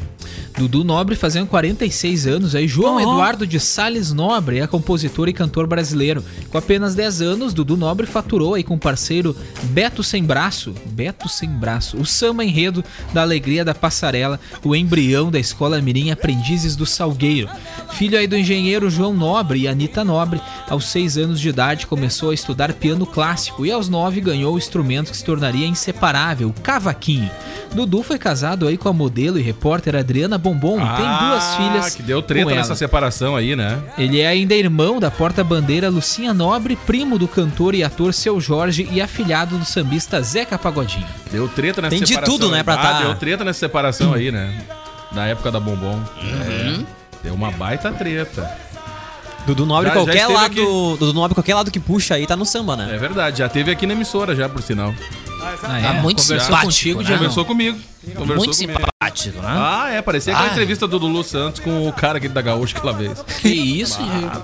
Dudu Nobre fazendo 46 anos aí. João Eduardo de Sales Nobre é compositor e cantor brasileiro. Com apenas 10 anos, Dudu Nobre faturou aí com o parceiro Beto Sem Braço. Beto Sem Braço. O samba enredo da alegria da passarela, o embrião da escola Mirim Aprendizes do Salgueiro. Filho aí do engenheiro João Nobre e Anitta Nobre, aos 6 anos de idade começou a estudar piano clássico e aos 9 ganhou o instrumento que se tornaria inseparável, o cavaquinho. Dudu foi casado aí com a modelo e repórter Adriana Bombom e tem duas filhas.
Ah, que deu
com
treta
ela.
nessa separação aí, né?
Ele é ainda irmão da porta-bandeira Lucinha Nobre, primo do cantor e ator Seu Jorge e afilhado do sambista Zeca Pagodinho.
Deu treta nessa
Tem de
separação.
tudo, né,
aí.
pra
ah,
tá-
deu treta nessa separação aí, né? Da época da Bombom. É. Deu uma baita treta.
Dudu Nobre,
Já- já
qualquer
esteve
lado.
aqui.
Dudu Nobre, qualquer lado que puxa aí tá no samba, né?
É verdade, já teve aqui na emissora, já, por sinal.
Ah,
Tá muito
Conversou
simpático,
contigo,
né?
Diego.
Conversou comigo. Conversou
Muito
comigo.
simpático, né?
Ah, é, parecia aquela
Ah.
entrevista do Lulu Santos com o cara aqui da Gaúcha aquela vez.
Que isso, Diego?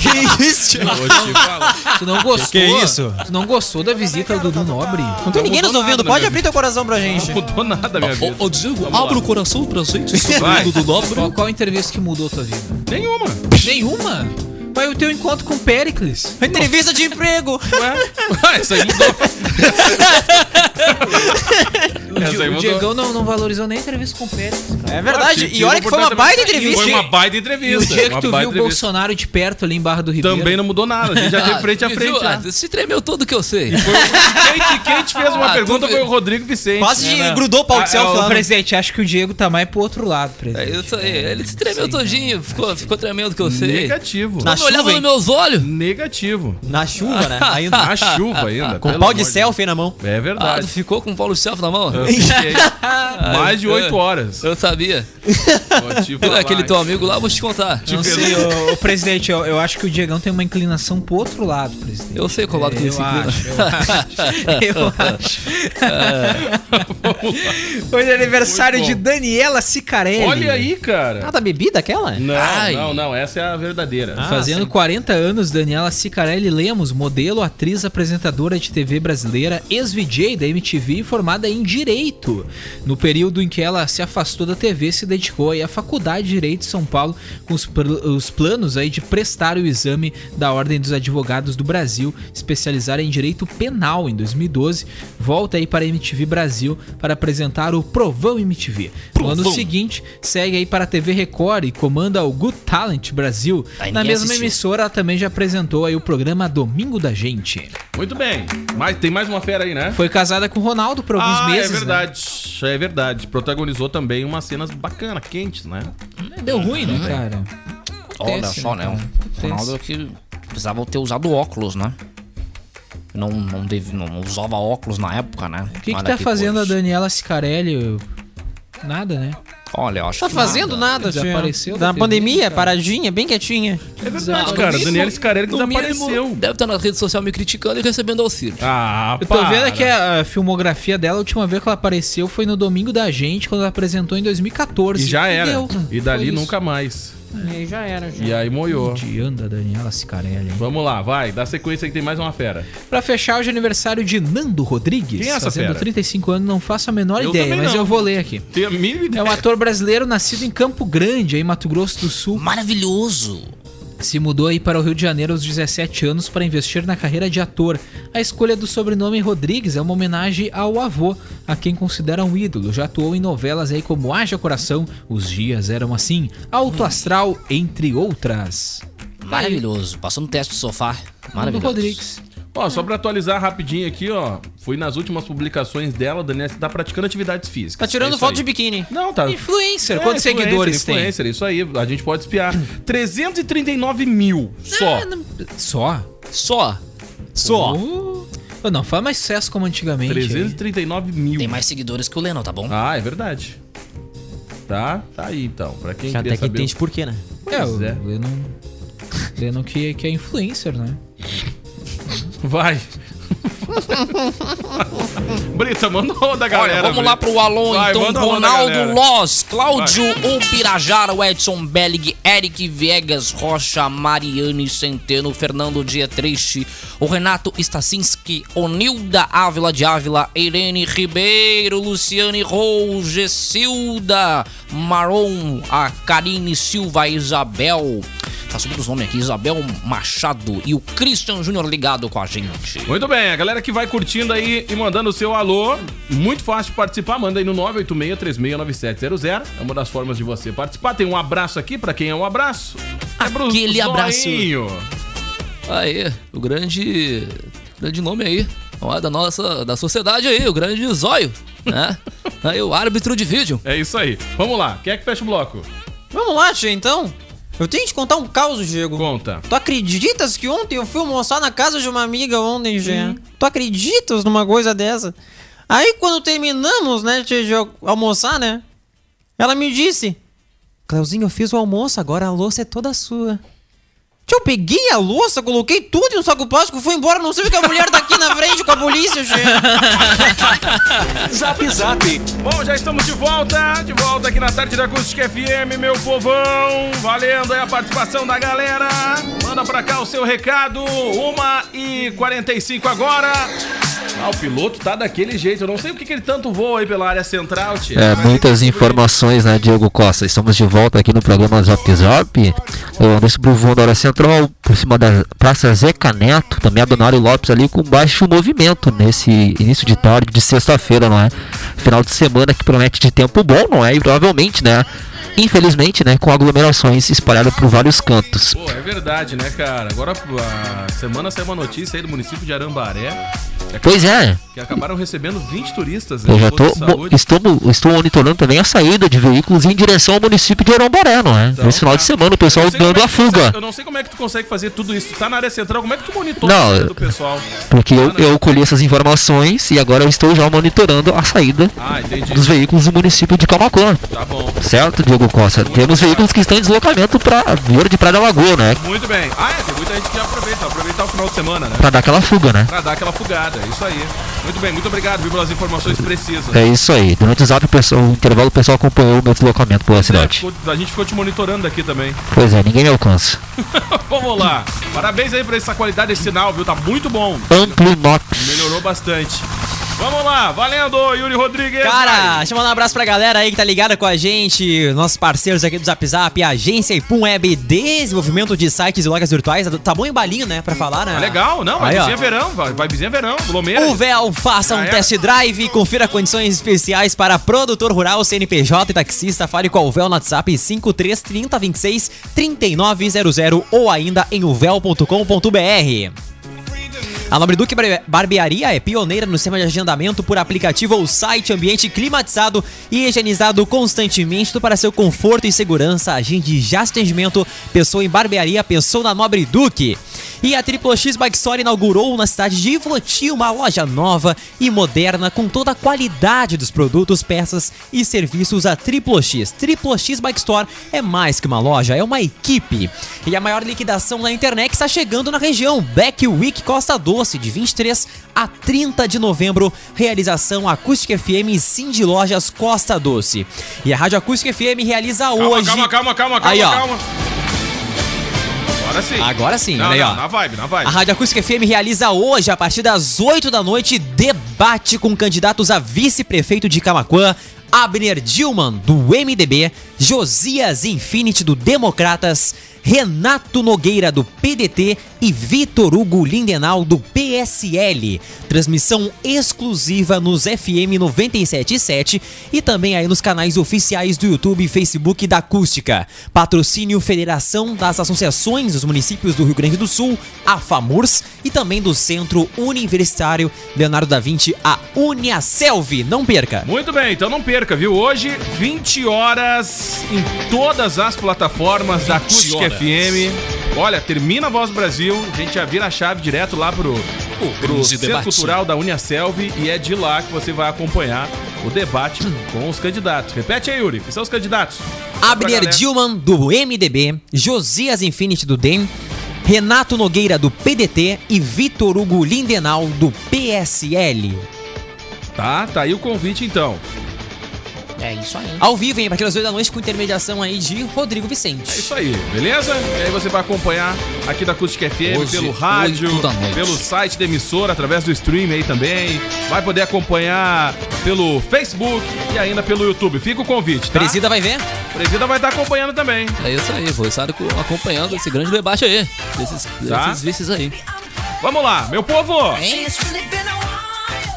Que isso?
Eu Vou te falar.
Tu (laughs) não gostou?
Que isso?
Tu não gostou da visita ao Dudu Nobre?
Não tem ninguém nos
mudou
ouvindo.
nada,
Pode
meu
abrir teu coração pra gente.
Não mudou nada, minha vida.
Ô, ô, Diego,
Vamos lá.
abra o coração pra gente sobre
Vai.
o Dudu Nobre.
Qual, qual entrevista que mudou tua vida?
Nenhuma.
Nenhuma? Mas o teu encontro com Pericles?
Entrevista de emprego.
(laughs) Ué, Ah, isso aí mudou.
O, Di-
Essa aí
o
mudou.
Diegão não, não valorizou nem a entrevista com o Pérez, cara.
É verdade.
Tive-
E olha
tive
que foi uma baita
oportunidade-
entrevista.
Foi uma baita
E o
entrevista.
dia que
uma
tu viu
baita
o
entrevista.
Bolsonaro de perto ali em Barra do Ribeiro.
Também não mudou nada. A gente (laughs) já teve frente a
Tu
frente. né?
viu?
já.
Ah, Se tremeu todo que eu (laughs) sei.
Foi o- Quem, quem te fez uma
Ah,
pergunta
tu-
foi o Rodrigo Vicente.
Quase
né, né?
grudou o pau
Ah,
de selfie
é,
lá.
Ô, presidente, acho que o Diego tá mais pro outro lado,
É
presidente.
isso aí. Ele se tremeu todinho, ficou, ficou tremendo que eu sei.
Negativo.
Na
Não me olhava
chuva,
nos
hein?
meus olhos.
Negativo.
Na
(laughs)
chuva, né? Ainda.
A (laughs) chuva ainda.
Com
pelo
pau de
amor
selfie na mão.
Deus. É
Ah, tu
(laughs)
verdade.
ficou com o Paulo Self na mão?
Eu fiquei mais de (laughs) oito horas.
Eu sabia. é
Vou te falar,
Aquele
hein.
teu amigo lá, vou te contar.
Não sei, ô, ô, presidente, eu, eu acho que o Diegão tem uma inclinação pro outro lado, presidente.
É, Eu sei qual lado que ele
eu
se
acho, eu
(laughs)
Eu (laughs) acho.
Vamos lá.
Hoje é aniversário
Muito
de
bom.
Daniela tá Cicarelli.
Olha aí, cara.
Ah, da bebida aquela?
Não,
Ai.
não, não. Essa é a verdadeira.
Ah,
Fazendo 40 anos, Daniela Cicarelli Lemos, modelo, atriz, apresentadora de TV brasileira, ex-VJ da MTV e formada em Direito. No período em que ela se afastou da TV, se dedicou aí à Faculdade de Direito de São Paulo, com os, pl- os planos aí de prestar o exame da Ordem dos Advogados do Brasil, especializada em Direito Penal em 2012. Volta aí para a MTV Brasil para apresentar o Provão MTV. No ano
Provão.
seguinte, segue aí para a TV Record e comanda o Good Talent Brasil.
Aí
Na
ninguém
mesma
assistiu.
emissora, ela também já apresentou aí o programa Domingo da Gente.
Muito bem. Mas tem mais uma fera aí, né?
Foi casada com o Ronaldo por alguns
ah,
meses. né?
é verdade. É verdade. Protagonizou também umas cenas bacanas, quentes, né?
né? Deu ruim, né, cara?
Olha
Acontece,
só,
né,
né?
cara?
O Ronaldo que precisava ter usado óculos, né? Não, não, deve, não, não usava óculos na época, né?
O que, que tá fazendo a Daniela Cicarelli? Nada, né?
Olha, eu acho
Tá
que
fazendo nada,
tia. Desapareceu da
Da
TV,
pandemia,
cara.
paradinha, bem quietinha.
É verdade,
Não,
cara.
no
Daniel
mínimo-
Scarelli
no mínimo,
desapareceu.
Deve estar na rede social me criticando e recebendo auxílio.
Ah,
Eu tô
para.
vendo aqui a a filmografia dela, a última vez que ela apareceu foi no Domingo da Gente, quando ela apresentou em 2014.
E já era.
deu.
E dali
Foi isso.
nunca mais.
Aí já era, já.
E aí moiou.
Onde anda a Daniela Cicarelli? hein?
Vamos lá, vai. Dá sequência que tem mais uma fera.
Pra fechar, hoje é aniversário de Nando Rodrigues.
Quem é essa
fazendo
fera?
35 anos, não faço a menor
Eu
ideia,
também
mas
não.
eu vou ler aqui.
Tem a mínima
É
ideia.
um ator brasileiro nascido em Campo Grande, aí em Mato Grosso do Sul.
Maravilhoso.
Se mudou aí para o Rio de Janeiro aos 17 anos para investir na carreira de ator. A escolha do sobrenome Rodrigues é uma homenagem ao avô, a quem considera um ídolo. Já atuou em novelas aí como Haja Coração, Os Dias Eram Assim, Alto Astral, entre outras.
Maravilhoso. Passou no teste do sofá.
Do
Maravilhoso.
Rodrigues.
Ó, só pra atualizar rapidinho aqui, ó. Fui nas últimas publicações dela, Daniela, você tá praticando atividades físicas.
Tá tirando
É isso
foto
aí.
de biquíni.
Não, tá.
É, Influencer, quantos
influencer,
seguidores
influencer, isso aí, a gente pode espiar. (laughs) 339 mil só.
tem? Só?
Só.
Só. Uh. não faz mais sucesso como antigamente. aí.
339 mil.
Tem mais seguidores que o Lennon, tá bom?
Ah, é verdade. Tá, tá aí então. Pra quem
Já
queria
até que
saber.
entende por quê, né?
É,
Pois
o
é.
Lennon. Lennon que, que é influencer, né?
Vai. Brita, mandou da galera.
Olha, vamos
Brita.
lá pro Alon,
Vai,
então.
manda uma da galera.
Ronaldo Loz, Cláudio Ubirajara, o Edson Bellig, Eric Viegas, Rocha, Mariane Centeno, Fernando Dietrich, o Renato Stasinski, Onilda Ávila de Ávila, Irene Ribeiro, Luciane Rouge, Silda, Maron, a Karine Silva, a Isabel. Tá subindo os nomes aqui, Isabel Machado e o Christian Júnior ligado com a gente.
Muito bem, a galera que vai curtindo aí e mandando o seu alô, muito fácil de participar, manda aí no 986-369700, é uma das formas de você participar. Tem um abraço aqui, pra quem é um abraço? É pro
Aquele abraço.
Zoinho.
Aí, o grande. Grande nome aí. ó, da nossa. Da sociedade aí, o grande zóio,
(laughs)
né? Aí o árbitro de vídeo.
É isso aí. Vamos lá, quem é que fecha o bloco?
Vamos lá, tia, então. Eu tenho que te contar um caos, Diego.
Conta.
Tu acreditas que ontem eu fui almoçar na casa de uma amiga ontem, Jean? Tu acreditas numa coisa dessa? Aí quando terminamos, né, de de almoçar, né? Ela me disse: Cleuzinho, eu fiz o almoço, agora a louça é toda sua. Tia, eu peguei a louça, coloquei tudo em um saco plástico, fui embora, não sei o que a mulher tá aqui na frente com a polícia, Jean.
Zap Zap.
Bom, já estamos de volta, de volta aqui na tarde da Acústica FM, meu povão. Valendo aí a participação da galera. Manda pra cá o seu recado, 1h45 agora. Ah, o piloto tá daquele jeito. Eu não sei o que, que ele tanto voa aí pela área central, tia.
É, muitas informações, né, Diego Costa? Estamos de volta aqui no programa Zap Zap. Eu andei sobre o voo da hora central, por cima da Praça Zeca Neto, também a Donário Lopes ali com baixo movimento nesse início de tarde de sexta-feira, não é? Final de semana que promete de tempo bom, não é? E provavelmente, né? Infelizmente, né? Com aglomerações espalhadas por vários cantos.
Pô, é verdade, né, cara? Agora, a semana saiu uma notícia aí do município de Arambaré,
Pois é,
que acabaram recebendo 20 turistas.
eu já
posto
tô,
de
mo-
saúde.
estou, mo- estou monitorando também a saída de veículos em direção ao município de Arambaré, não é? Nesse final de semana o
Eu
pessoal
não sei como
dando
é
a
que tu consegue-
fuga.
Eu não sei como é que tu consegue fazer tudo isso. Tu tá na área central, como é que tu monitora
Não,
a vida
eu-
do pessoal?
Porque eu, eu colhi essas informações e agora eu estou já monitorando a saída
Ah, entendi.
dos veículos do município de Camacuã,
Tá bom.
certo, Diogo Costa? Temos veículos que estão em deslocamento para Verde Praia da Lagoa, né?
Muito bem. Ah, é, tem muita gente que aproveita, aproveitar o final de semana, né?
Para dar aquela fuga, né?
Pra dar aquela fugada, é isso aí. Muito bem, muito obrigado, viu, pelas informações precisas.
É isso aí. Durante o zap, o, pessoal, o intervalo, o pessoal acompanhou o meu deslocamento pela cidade.
Ficou- A gente ficou te monitorando aqui também. (laughs)
Pois é, ninguém me alcança.
Vamos lá. Parabéns aí pra essa qualidade desse sinal, viu? Tá muito bom.
Amplo Nox.
Melhorou bastante. Vamos lá, valendo, Yuri Rodrigues.
Cara, deixa eu mandar um abraço pra galera aí que tá ligada com a gente, nossos parceiros aqui do Zap Zap, a agência Ipum Web, desenvolvimento de sites e lojas virtuais. Tá bom em balinho, né? Pra falar, né?
vai. Legal, não, vai
Aí, ó. Uh,
vizinha verão, vai, vai vizinha verão, Lomeira.
O Véu, faça
Ah,
um
é?
test drive, confira condições especiais para produtor rural, CNPJ e taxista. Fale com o Véu no WhatsApp 533026 3900 ou ainda em uvel.com.br. A Nobre Duque Barbe- Barbearia é pioneira no sistema de agendamento por aplicativo ou site, ambiente climatizado e higienizado constantemente tudo para seu conforto e segurança. Agende já seu atendimento, pensou em barbearia, pensou na Nobre Duque. E a Triple X Bike Store inaugurou na cidade de Ivoti uma loja nova e moderna com toda a qualidade dos produtos, peças e serviços a Triple X. Triple X Bike Store é mais que uma loja, é uma equipe. E a maior liquidação da internet está chegando na região. Black Week Costa Doce, de 23 a 30 de novembro. Realização Acústica FM e Cindy Lojas Costa Doce. E a Rádio Acústica FM realiza
calma,
hoje.
calma, calma, calma, calma,
Aí, ó.
calma. Agora sim.
Agora sim,
Não,
olha aí,
não,
ó.
na vibe, na vibe.
A Rádio Acústica FM realiza hoje, a partir das 8 da noite, debate com candidatos a vice-prefeito de Camaquã, Abner Dilman, do MDB, Josias Infinity, do Democratas, Renato Nogueira, do PDT, e Vitor Hugo Lindenal, do PSL. Transmissão exclusiva nos FM 97.7 e também aí nos canais oficiais do YouTube e Facebook da Acústica. Patrocínio Federação das Associações dos Municípios do Rio Grande do Sul, a FAMURS, e também do Centro Universitário Leonardo da Vinci, a UniaSelv. Não perca!
Muito bem, então não perca, viu? Hoje, 20 horas em todas as plataformas da
20
Acústica
horas.
FM. Olha, termina a Voz Brasil, a gente já vira a chave direto lá pro, pro
grande
Centro
debate.
Cultural da Unia Selvi e é de lá que você vai acompanhar o debate com os candidatos. Repete aí, Yuri, que são os candidatos? Pra
Hum. Abner
galera.
Dilman, do MDB, Josias Infinity, do DEM, Renato Nogueira, do PDT e Vitor Hugo Lindenal, do PSL.
Tá, tá aí o convite então.
É isso aí.
Ao vivo, hein? A partir das 8 da noite, com intermediação aí de Rodrigo
É
Vicente.
isso aí, beleza? E aí você vai acompanhar aqui da Acústica FM
Hoje,
pelo rádio,
oito da noite.
pelo site da emissora, através do stream aí também. Vai poder acompanhar pelo Facebook e ainda pelo YouTube. Fica o convite, tá?
Presida vai ver?
Presida vai estar acompanhando também.
É isso aí, vou estar co- acompanhando esse grande debate aí. Desses,
Tá.
desses vices aí.
Vamos lá, meu povo!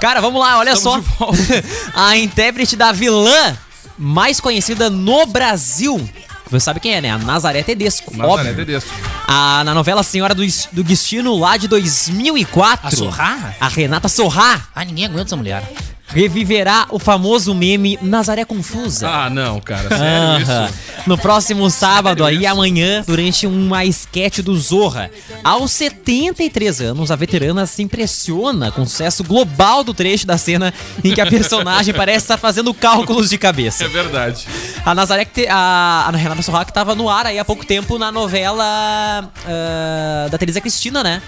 Cara, vamos lá, olha
Estamos de
só.
volta.
(laughs) a intérprete da vilã mais conhecida no Brasil. Você sabe quem é, né? A Nazaré Tedesco.
Nazaré
óbvio.
Tedesco.
A- na novela Senhora do, Is- do Destino, lá de 2004.
A Sorrá?
A Renata Sorrá
Ah, ninguém aguenta essa mulher.
reviverá o famoso meme Nazaré Confusa.
Ah, não, cara, sério
Aham.
isso?
No próximo sábado, aí amanhã, durante uma esquete do Zorra. Aos 73 anos, a veterana se impressiona com o sucesso global do trecho da cena em que a
(laughs)
personagem parece estar fazendo cálculos de
É
cabeça.
verdade.
A Nazaré, que te- a, a Renata Sorra que tava no ar aí há pouco tempo na novela ah, da Teresa Cristina, né?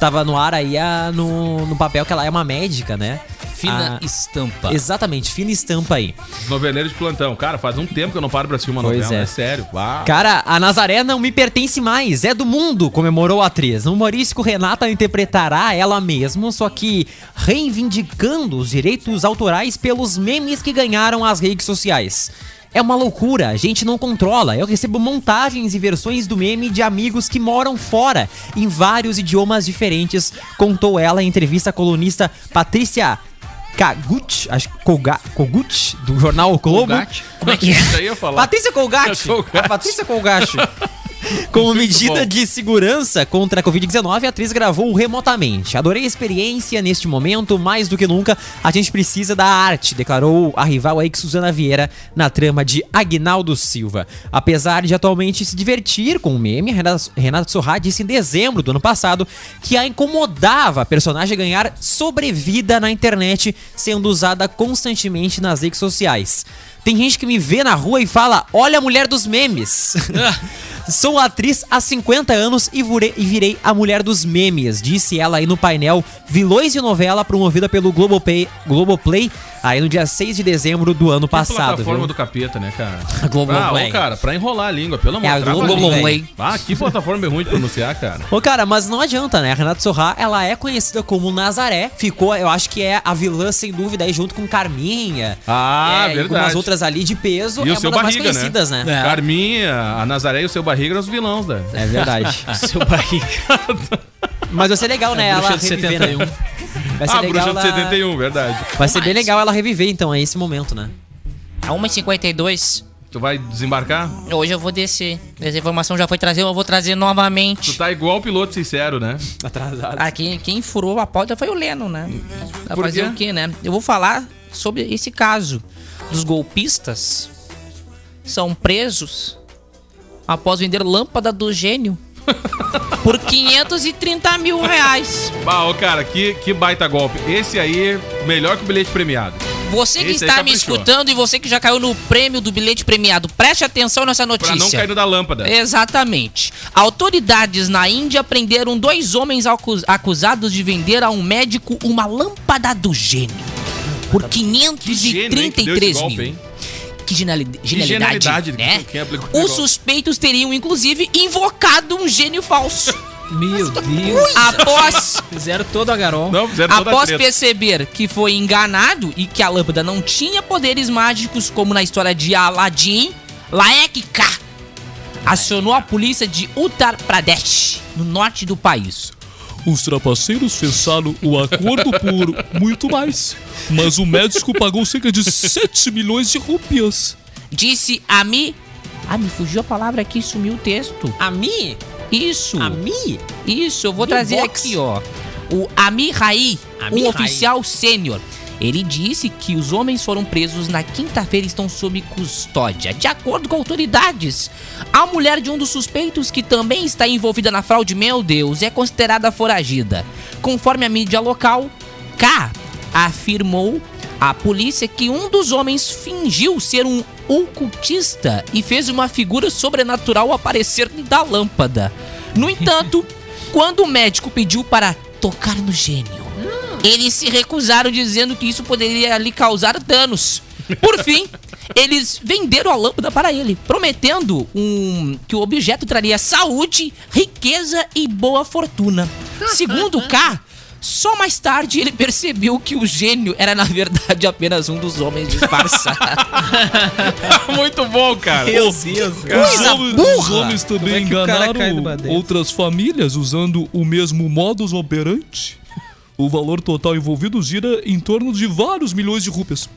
Tava no ar aí ah, no, no papel que ela é uma médica, né?
Fina
Ah,
estampa.
Tá.
Exatamente, fina estampa aí.
Noveleiro de plantão. Cara, faz um tempo que eu não paro pra assistir uma
Pois
novela,
é.
é. sério. Uau.
Cara, a Nazaré não me pertence mais, é do mundo, comemorou a atriz. O humorístico Renata interpretará ela mesma, só que reivindicando os direitos autorais pelos memes que ganharam as redes sociais. É uma loucura, a gente não controla. Eu recebo montagens e versões do meme de amigos que moram fora, em vários idiomas diferentes, contou ela em entrevista à colunista Patrícia Kagut, acho que Koga- Kogut, do jornal O Globo.
Como é que é? Isso aí eu ia falar.
Patrícia Colgate.
Colgate.
A Patrícia
(laughs)
Colgate. Como medida
bom.
de segurança contra a Covid-19, a atriz gravou remotamente. Adorei a experiência neste momento, mais do que nunca, a gente precisa da arte, declarou a rival aí que Suzana Vieira na trama de Agnaldo Silva. Apesar de atualmente se divertir com o meme, Renata- Renata Sorrah disse em dezembro do ano passado que a incomodava a personagem ganhar sobrevida na internet, sendo usada constantemente nas redes sociais. Tem gente que me vê na rua e fala: Olha a mulher dos
(laughs)
memes. Sou atriz há 50 anos e vure- e virei a mulher dos memes, disse ela aí no painel Vilões de Novela, promovida pelo Globopay, Globoplay, aí no dia 6 de dezembro do ano passado.
Tipo plataforma
viu?
do capeta, né,
(laughs)
cara?
A Globoplay.
Ah, ô, cara, pra enrolar a língua, pelo amor
É a
trava
Globoplay.
língua. Ah, que plataforma é ruim de
(laughs)
pronunciar, cara.
Ô, cara, mas não adianta, né? A Renata Sorra, ela é conhecida como Nazaré. Ficou, eu acho que é a vilã, sem dúvida, aí junto com Carminha. é,
Ah,
e com
verdade.
umas outras ali de peso.
E
é
o seu
uma das
barriga,
mais conhecidas, né?
né? Carminha, a Nazaré e o seu barriga eram os vilões, né?
É
(laughs)
verdade. Seu barriga. Mas vai ser legal, né? ela
é bruxa de
reviver,
71.
né? Vai ser
Ah, a
legal
bruxa
ela...
de 71, verdade.
Vai ser bem legal ela reviver, então, aí, esse momento, né?
A 1h52,
Tu vai desembarcar?
hoje eu vou descer. Essa informação já foi trazida, eu vou trazer novamente.
Tu tá igual o piloto sincero, né?
Atrasado.
Aqui, Ah, quem furou a pauta foi o Leno, né? Vai
Uhum. Por
fazer
quê?
o quê, né? Eu vou falar sobre esse caso dos golpistas são presos após vender lâmpada do
(laughs)
gênio por 530 mil reais.
Bah, ô, cara, que, que baita golpe. Esse aí, melhor que o bilhete premiado.
Você que
Esse aí tá
está me
caprichou.
escutando e você que já caiu no prêmio do bilhete premiado, preste atenção nessa
Pra
notícia.
não cair no da lâmpada.
É,
Exatamente. Autoridades na Índia prenderam dois homens acu- acusados de vender a um médico uma lâmpada do gênio por
Que gênio, hein, que deu esse
533
golpe,
mil.
hein?
Que geniali-
genialidade,
genialidade, né?
quem aplicou esse
Os
golpe?
suspeitos teriam, inclusive, invocado um gênio falso.
Meu Deus.
após
Fizeram toda a garola.
Não, fizeram toda a
Após
treta.
perceber que foi enganado e que a lâmpada não tinha poderes mágicos como na história de Aladdin, Laek K, a
acionou a polícia de Uttar Pradesh, no norte do país. Os trapaceiros fecharam o acordo por muito mais, mas o médico pagou cerca de 7 milhões de rupias. Disse a mim. Ah, me fugiu a palavra aqui, sumiu o texto.
Ah,
A mim?
Isso.
A mim?
Isso, eu vou trazer
Um box?
aqui, ó. O Amir Rai,
Amir
um
Rai.
oficial sênior. Ele disse que os homens foram presos na quinta-feira e estão sob custódia. De acordo com autoridades, a mulher de um dos suspeitos, que também está envolvida na fraude, meu Deus, é considerada foragida. Conforme a mídia local, K afirmou à polícia que um dos homens fingiu ser um ocultista e fez uma figura sobrenatural aparecer da lâmpada. No
(laughs)
entanto, quando o médico pediu para tocar no gênio, eles se recusaram dizendo que isso poderia lhe causar danos. Por fim, eles venderam a lâmpada para ele, prometendo um- que o objeto traria saúde, riqueza e boa fortuna. Segundo K, só mais tarde ele percebeu que o gênio era na verdade apenas um dos homens disfarçados.
(laughs) Muito bom, cara.
Os homens, os homens
Como é
também
que o cara cai do
enganaram
Badeiro?
outras famílias usando o mesmo modus operandi. O valor total envolvido gira em torno de vários milhões de rupias.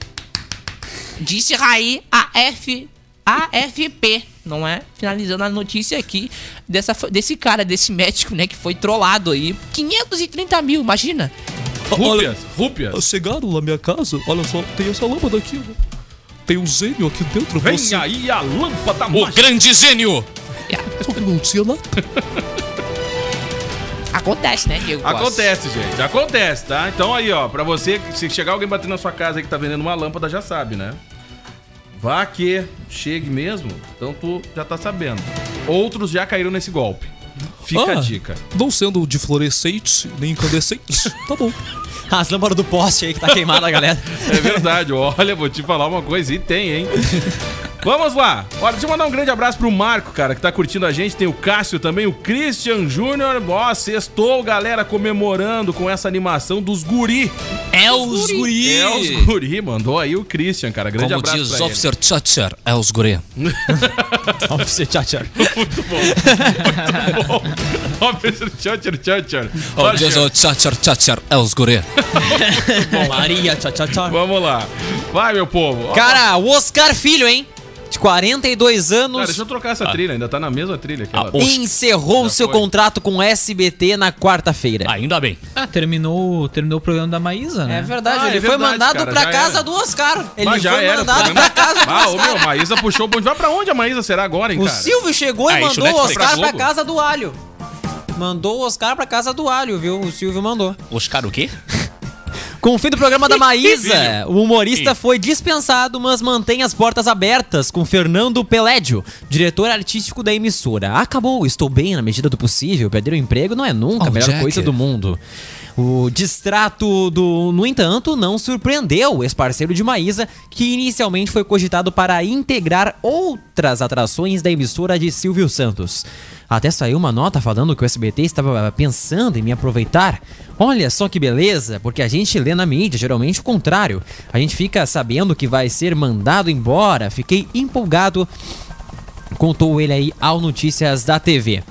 Disse Raí AF, AFP, não é? Finalizando a notícia aqui dessa, fa- desse cara, desse médico, né, que foi trollado aí. 530 mil, imagina.
Rúpias, rúpias.
Chegaram na minha casa, olha só, tem essa lâmpada aqui, né? Tem um gênio aqui dentro,
Vem aí a lâmpada
O
mágica.
grande gênio!
Só que não tinha nada. Acontece, né, Diego? Costa?
Acontece, gente. Acontece, tá? Então aí, ó, pra você, se chegar alguém batendo na sua casa aí que tá vendendo uma lâmpada, já sabe, né? Vá que chegue mesmo, então tu já tá sabendo. Outros já caíram nesse golpe. Fica
Ah.
a dica.
Não sendo de fluorescente, nem incandescente, tá bom.
As lâmpadas do poste aí que tá queimada,
(laughs)
galera.
É verdade, (laughs) olha, vou te falar uma coisa e tem, hein? Vamos lá. Olha, deixa eu mandar um grande abraço pro Marco, cara, que tá curtindo a gente. Tem o Cássio também, o Christian Júnior. Ó, sextou, galera, comemorando com essa animação dos guri.
É os guri!
É, os guri, mandou aí o Christian, cara. Grande
Como
abraço
diz
pra ele. (laughs)
Officer Chacher, é os guri.
Officer Chacher.
Officer Chutcher Chutcher.
Como
Olha,
diz o Chacher Chacher, é
(laughs)
os guri.
Maria Chacher.
Vamos lá. Vai, meu povo. Ó,
Cara, o Oscar Filho, hein? De 42
cara,
anos.
deixa eu trocar essa trilha, ainda tá na mesma trilha aqui.
Ah,
ó.
o-
Encerrou
Já
seu
foi.
contrato com o SBT na quarta-feira.
Ainda bem.
Ah, terminou, terminou o programa da Maísa, né?
É verdade,
Ah, é
ele foi
verdade,
mandado
cara, já
pra casa
era.
do Oscar. Ele
Mas já
foi
era,
mandado
programa-
pra casa do
Ah, ô
Oscar.
meu, Maísa puxou o bonde. Vai pra onde a Maísa será agora, hein,
O
cara?
Silvio chegou e
Ah, isso,
mandou o
Netflix.
Oscar
Pra
pra
Globo?
casa do alho. Mandou o Oscar pra casa do alho, viu? O Silvio mandou.
Oscar o quê?
Com o fim do programa da Maísa, o humorista foi dispensado, mas mantém as portas abertas com Fernando Pelédio, diretor artístico da emissora. Acabou, estou bem na medida do possível. Perder o emprego não é nunca a
Oh,
melhor
Jack.
coisa do mundo. O distrato do, no entanto, não surpreendeu o ex-parceiro de Maísa, que inicialmente foi cogitado para integrar outras atrações da emissora de Silvio Santos. Até saiu uma nota falando que o SBT estava pensando em me aproveitar. Olha só que beleza, porque a gente lê na mídia geralmente o contrário. A gente fica sabendo que vai ser mandado embora. Fiquei empolgado contou ele aí ao Notícias da TV.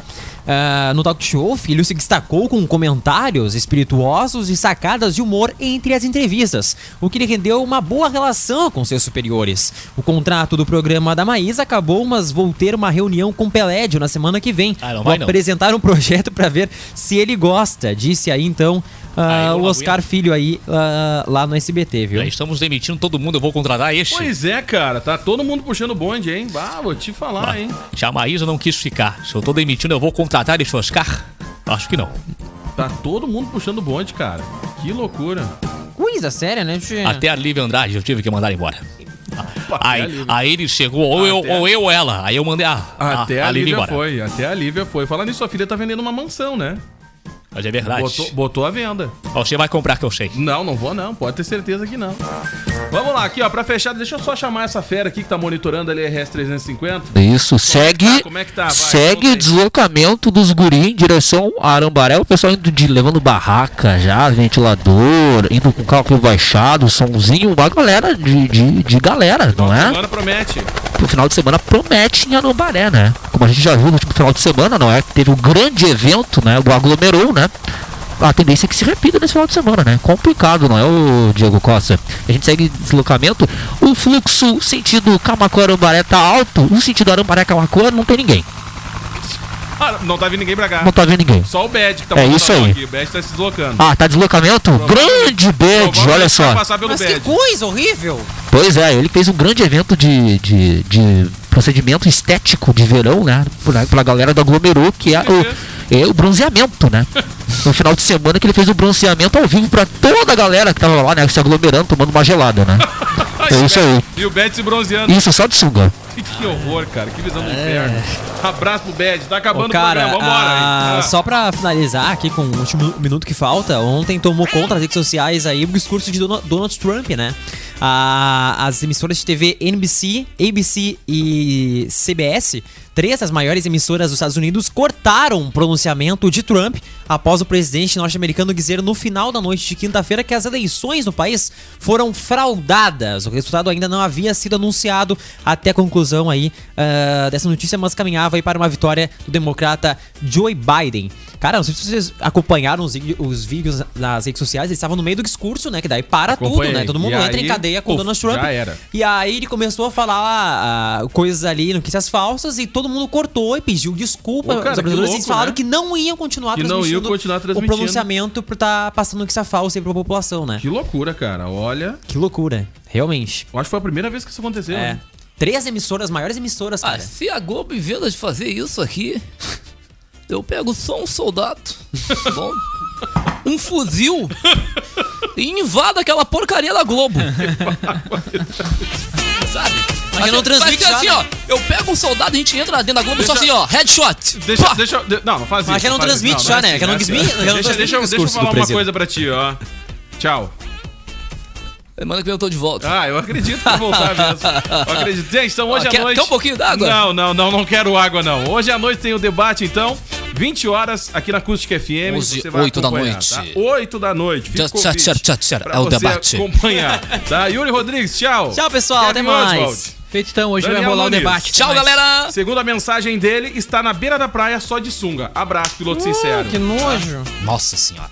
Ah, no talk show, o filho se destacou com comentários espirituosos e sacadas de humor entre as entrevistas, o que lhe rendeu uma boa relação com seus superiores. O contrato do programa da Maísa acabou, mas vou ter uma reunião com o Pelédio na semana que vem.
Ah, não
vou
vai não.
apresentar um projeto para ver se ele gosta, disse aí então ah,
Aí,
o
não
Oscar Filho aí ah, lá no SBT, viu?
Já estamos demitindo todo mundo, eu vou contratar este.
Pois é, cara, tá todo mundo puxando bonde, hein? Bah, vou te falar, é, hein?
Se a Maísa não quis ficar, se eu tô demitindo, eu vou contratar este Oscar? Acho que não.
Tá todo mundo puxando bonde, cara. Que loucura.
Coisa séria, né? tchê?
Até a Lívia Andrade eu tive que mandar embora.
É. a
Aí,
Lívia.
aí ele chegou, ou eu,
Até a-
ou eu ou ela. Aí eu mandei ah, a,
Até a,
Lívia
Lívia foi, até a Lívia foi. Falando nisso, sua filha tá vendendo uma mansão, né?
Mas é verdade.
Botou, botou a venda.
Você vai comprar que eu sei.
Não, não vou não. Pode ter certeza que não. Vamos lá, aqui ó, pra fechar, deixa eu só chamar essa fera aqui que tá monitorando ali a RS350.
É Isso, segue,
tá? Como é que tá? Vai,
segue
conta aí.
o deslocamento dos guri em direção a Arambaré. O pessoal indo de, levando barraca já, ventilador, indo com cálculo baixado, somzinho, uma galera de, de, de galera, não é?
Semana promete.
O final de semana promete em Arambaré, né? Como a gente já viu no último final de semana, não é? Teve um grande evento, né? O aglomerou, né? A tendência é que se repita nesse final de semana, né? Complicado, não é, o Diego Costa? A gente segue deslocamento. O fluxo sentido Camacuã-Arambaré tá alto. O sentido Arambaré-Camacuã não tem ninguém.
Ah, não tá vindo ninguém pra cá.
Não tá vendo ninguém.
Só o Bad que tá
É
monitorando
isso aí.
aqui. O Bad tá se deslocando.
Ah, tá deslocamento? Grande Ah, Bad,
Provavelmente
olha
vai
só.
passar pelo
Mas que
Bad.
coisa horrível!
Pois é, ele fez um grande evento de, de, de procedimento estético de verão, né? Pra, pra galera do aglomerou, que é o, é o bronzeamento, né? No final de semana que ele fez o bronzeamento ao vivo pra toda a galera que tava lá, né? Se aglomerando, tomando uma gelada, né? É isso aí.
E o Bad se bronzeando.
Isso, só de sunga.
Que horror, cara. Que
É.
visão do inferno. Abraço pro Bad. Tá acabando
Ô, cara,
o programa. Vambora.
a-
Ah.
só pra finalizar aqui com o último minuto que falta, ontem tomou conta das redes sociais aí o discurso de Dono- Donald Trump, né? A- as emissoras de TV NBC, ABC e CBS, três das maiores emissoras dos Estados Unidos, cortaram o pronunciamento de Trump após o presidente norte-americano dizer no final da noite de quinta-feira que as eleições no país foram fraudadas. O resultado ainda não havia sido anunciado até a conclusão aí ah, dessa notícia, mas caminhava aí para uma vitória do democrata Joe Biden. Cara, não sei se vocês acompanharam os, vi- os vídeos nas redes sociais, eles estavam no meio do discurso, né? Que daí para tudo,
Acompanhei.
né? Todo mundo
E
entra
aí,
em cadeia com o
puf,
Donald Trump.
já era.
E aí ele começou a falar ah, coisas ali, notícias falsas, e todo mundo cortou e pediu desculpa.
Ô, cara,
Os
que
apresentadores eles
louco,
falaram
né?
que não iam continuar
Que não
transmitindo
iam continuar transmitindo.
o pronunciamento por estar passando notícia falsa aí pra população, né?
Que loucura, cara. Olha.
Que loucura, realmente.
Eu acho que foi a primeira vez que isso aconteceu.
É.
né?
Três emissoras, maiores emissoras,
Ah,
cara.
se a Globo me venda de fazer isso aqui, eu pego só um soldado,
(laughs)
tá bom? um fuzil e invado aquela porcaria
(laughs)
da Globo. Sabe? Mas
não transmite
mas
já,
assim,
né?
ó. Eu pego um soldado, a gente entra lá dentro da Globo só assim, ó. Headshot.
Deixa,
Pá!
deixa, de- não, não faz isso.
Mas já não
faz isso.
transmite já,
é
né? Já não
é
transmite- já não
Deixa,
transmite
deixa, eu-
o
deixa eu
discurso do
falar uma
presidente.
coisa pra ti, ó. Tchau.
Semana que vem eu tô de volta.
Ah, eu acredito que vai voltar mesmo. Eu acredito. Gente, então hoje
Ah,
à
quer-
noite.
quer um pouquinho d'água?
Não, não, não, não quero água, não. Hoje à noite tem o debate, então. 20 horas aqui na Acústica FM.
11,
você vai
oito da
acompanhar,
noite.
Tá? 8 da noite. Fica o
Tchau, tchau,
convite
tchau, tchau, tchau.
pra
É o
você
debate.
acompanhar, tá? Yuri Rodrigues, tchau.
Tchau, pessoal, até
Kevin
mais.
Oswald.
Feito então, hoje
Daniel
vai rolar
Nunes.
o debate.
Tchau,
Até mais.
galera.
Segundo a mensagem dele, está na beira da praia só de sunga. Abraço, piloto
Uh,
sincero.
Que nojo!
Nossa senhora.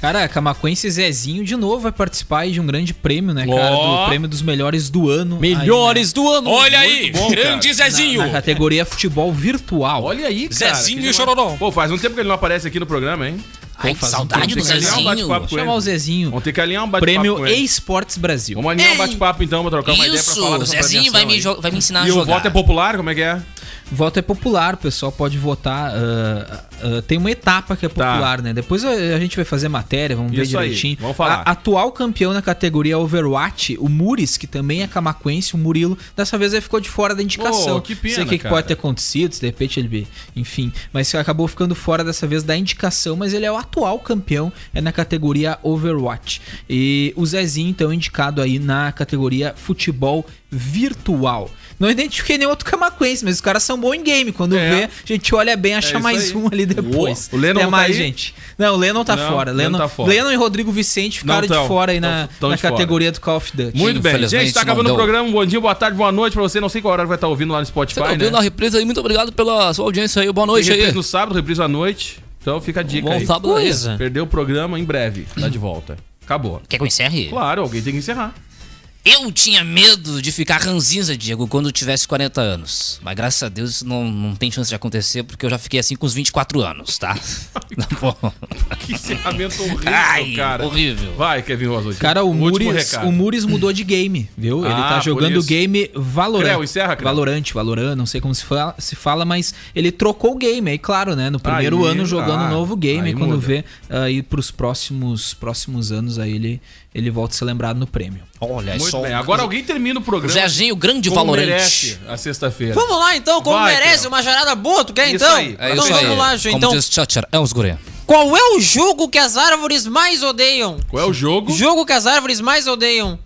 Cara, Camacuense Zezinho de novo vai participar aí de um grande prêmio, né, cara?
Ó.
Do prêmio dos melhores do ano. aí, né?
Melhores do ano.
Olha aí, grande Zezinho.
Na categoria futebol virtual.
Olha aí, cara.
Zezinho
que
e o
demais.
Chororó.
Pô, faz um tempo que ele não aparece aqui no programa, hein?
Ai, que saudade do
Tem que alinhar um
Zezinho.
bate-papo com
Vou chamar o
ele.
Zezinho.
Vamos ter que alinhar um bate-papo
Prêmio
com ele.
Esportes Brasil.
Vamos alinhar um bate-papo então, pra trocar uma ideia pra falar
Isso,
dessa
Zezinho vai
premiação
me,
aí.
jo- vai me ensinar a
E o
jogar.
voto é popular, como é que é?
Voto é popular, o pessoal pode votar. ah, ah, tem uma etapa que é
Tá.
popular, né? Depois a, a gente vai fazer matéria, vamos ver
Isso aí,
direitinho.
vamos falar.
A- atual campeão na categoria é Overwatch, o Muris, que também é camaquense, o Murilo, dessa vez ele ficou de fora da indicação.
Pô, que pena,
Sei o que, que
cara.
pode ter acontecido, se de repente ele. Enfim, mas acabou ficando fora dessa vez da indicação, mas ele é o atual campeão, é na categoria Overwatch. E o Zezinho, então, indicado aí na categoria futebol virtual. Não identifiquei nenhum outro camaquense, mas os caras são bons em game. Quando
É.
vê, a gente olha bem, acha
isso
mais
aí.
um ali depois.
Uou. O Lennon
Até
não tá
mais,
aí?
gente. Não, o Lennon tá
Não,
fora.
Lennon
Lennon,
tá fora.
Lennon e Rodrigo Vicente ficaram
Não tão,
de fora aí na,
tão- tão
na
de fora.
categoria do Call of Duty.
Muito bem, gente,
infelizmente,
tá acabando
não
o
deu.
programa. Bom dia, boa tarde, boa noite pra você. Não sei qual horário vai estar ouvindo lá no
Você
Spotify,
tá
né?
ouvindo a represa aí? Muito obrigado pela sua audiência aí. Boa
Tem
noite
reprise
aí. Um
no sábado, reprise à noite. Então fica a dica
Bom
aí.
sábado é aí.
Coisa.
Perdeu o programa em breve, tá de volta. Acabou.
Quer que eu encerre?
Claro, alguém tem que encerrar. (laughs)
Eu tinha medo de ficar ranzinza, Diego, quando eu tivesse 40 anos. Mas graças a Deus isso não, não tem chance de acontecer, porque eu já fiquei assim com os 24 anos, (laughs) tá? Tá bom.
Que encerramento horrível,
Ai,
cara.
horrível.
Vai, Kevin Oswald.
Cara, o
Um último
Muris,
recado.
o Muris mudou de game, viu? Ele
Ah,
tá
por
jogando o
isso.
game Valorant.
Creu, encerra, Creu.
Valorante, Valorant, não sei como se fala, se fala, mas ele trocou o game aí, claro, né? No primeiro
Aí,
ano jogando
ah,
um novo game,
aí
aí quando
muda.
vê aí pros próximos, próximos anos aí ele, ele volta a ser lembrado no prêmio.
Olha é
Muito
só. um
bem, agora alguém termina o
O
programa.
Zezinho, o grande
como
valorante.
merece a sexta-feira.
Vamos lá então, como
Vai,
merece,
Pedro.
uma jarada boa, tu quer
Isso
então?
aí.
É
então
isso
vamos
aí.
lá, gente.
Como
Então,
diz Tchatcher, é uns guri.
Qual é o jogo que as árvores mais odeiam?
Qual é o jogo?
Jogo que as árvores mais odeiam.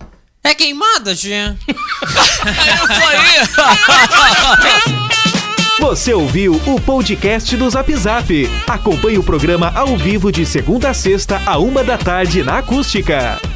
É queimada, Jean.
Você ouviu o podcast do Zap Zap. Acompanhe o programa ao vivo de segunda a sexta, a uma da tarde na Acústica.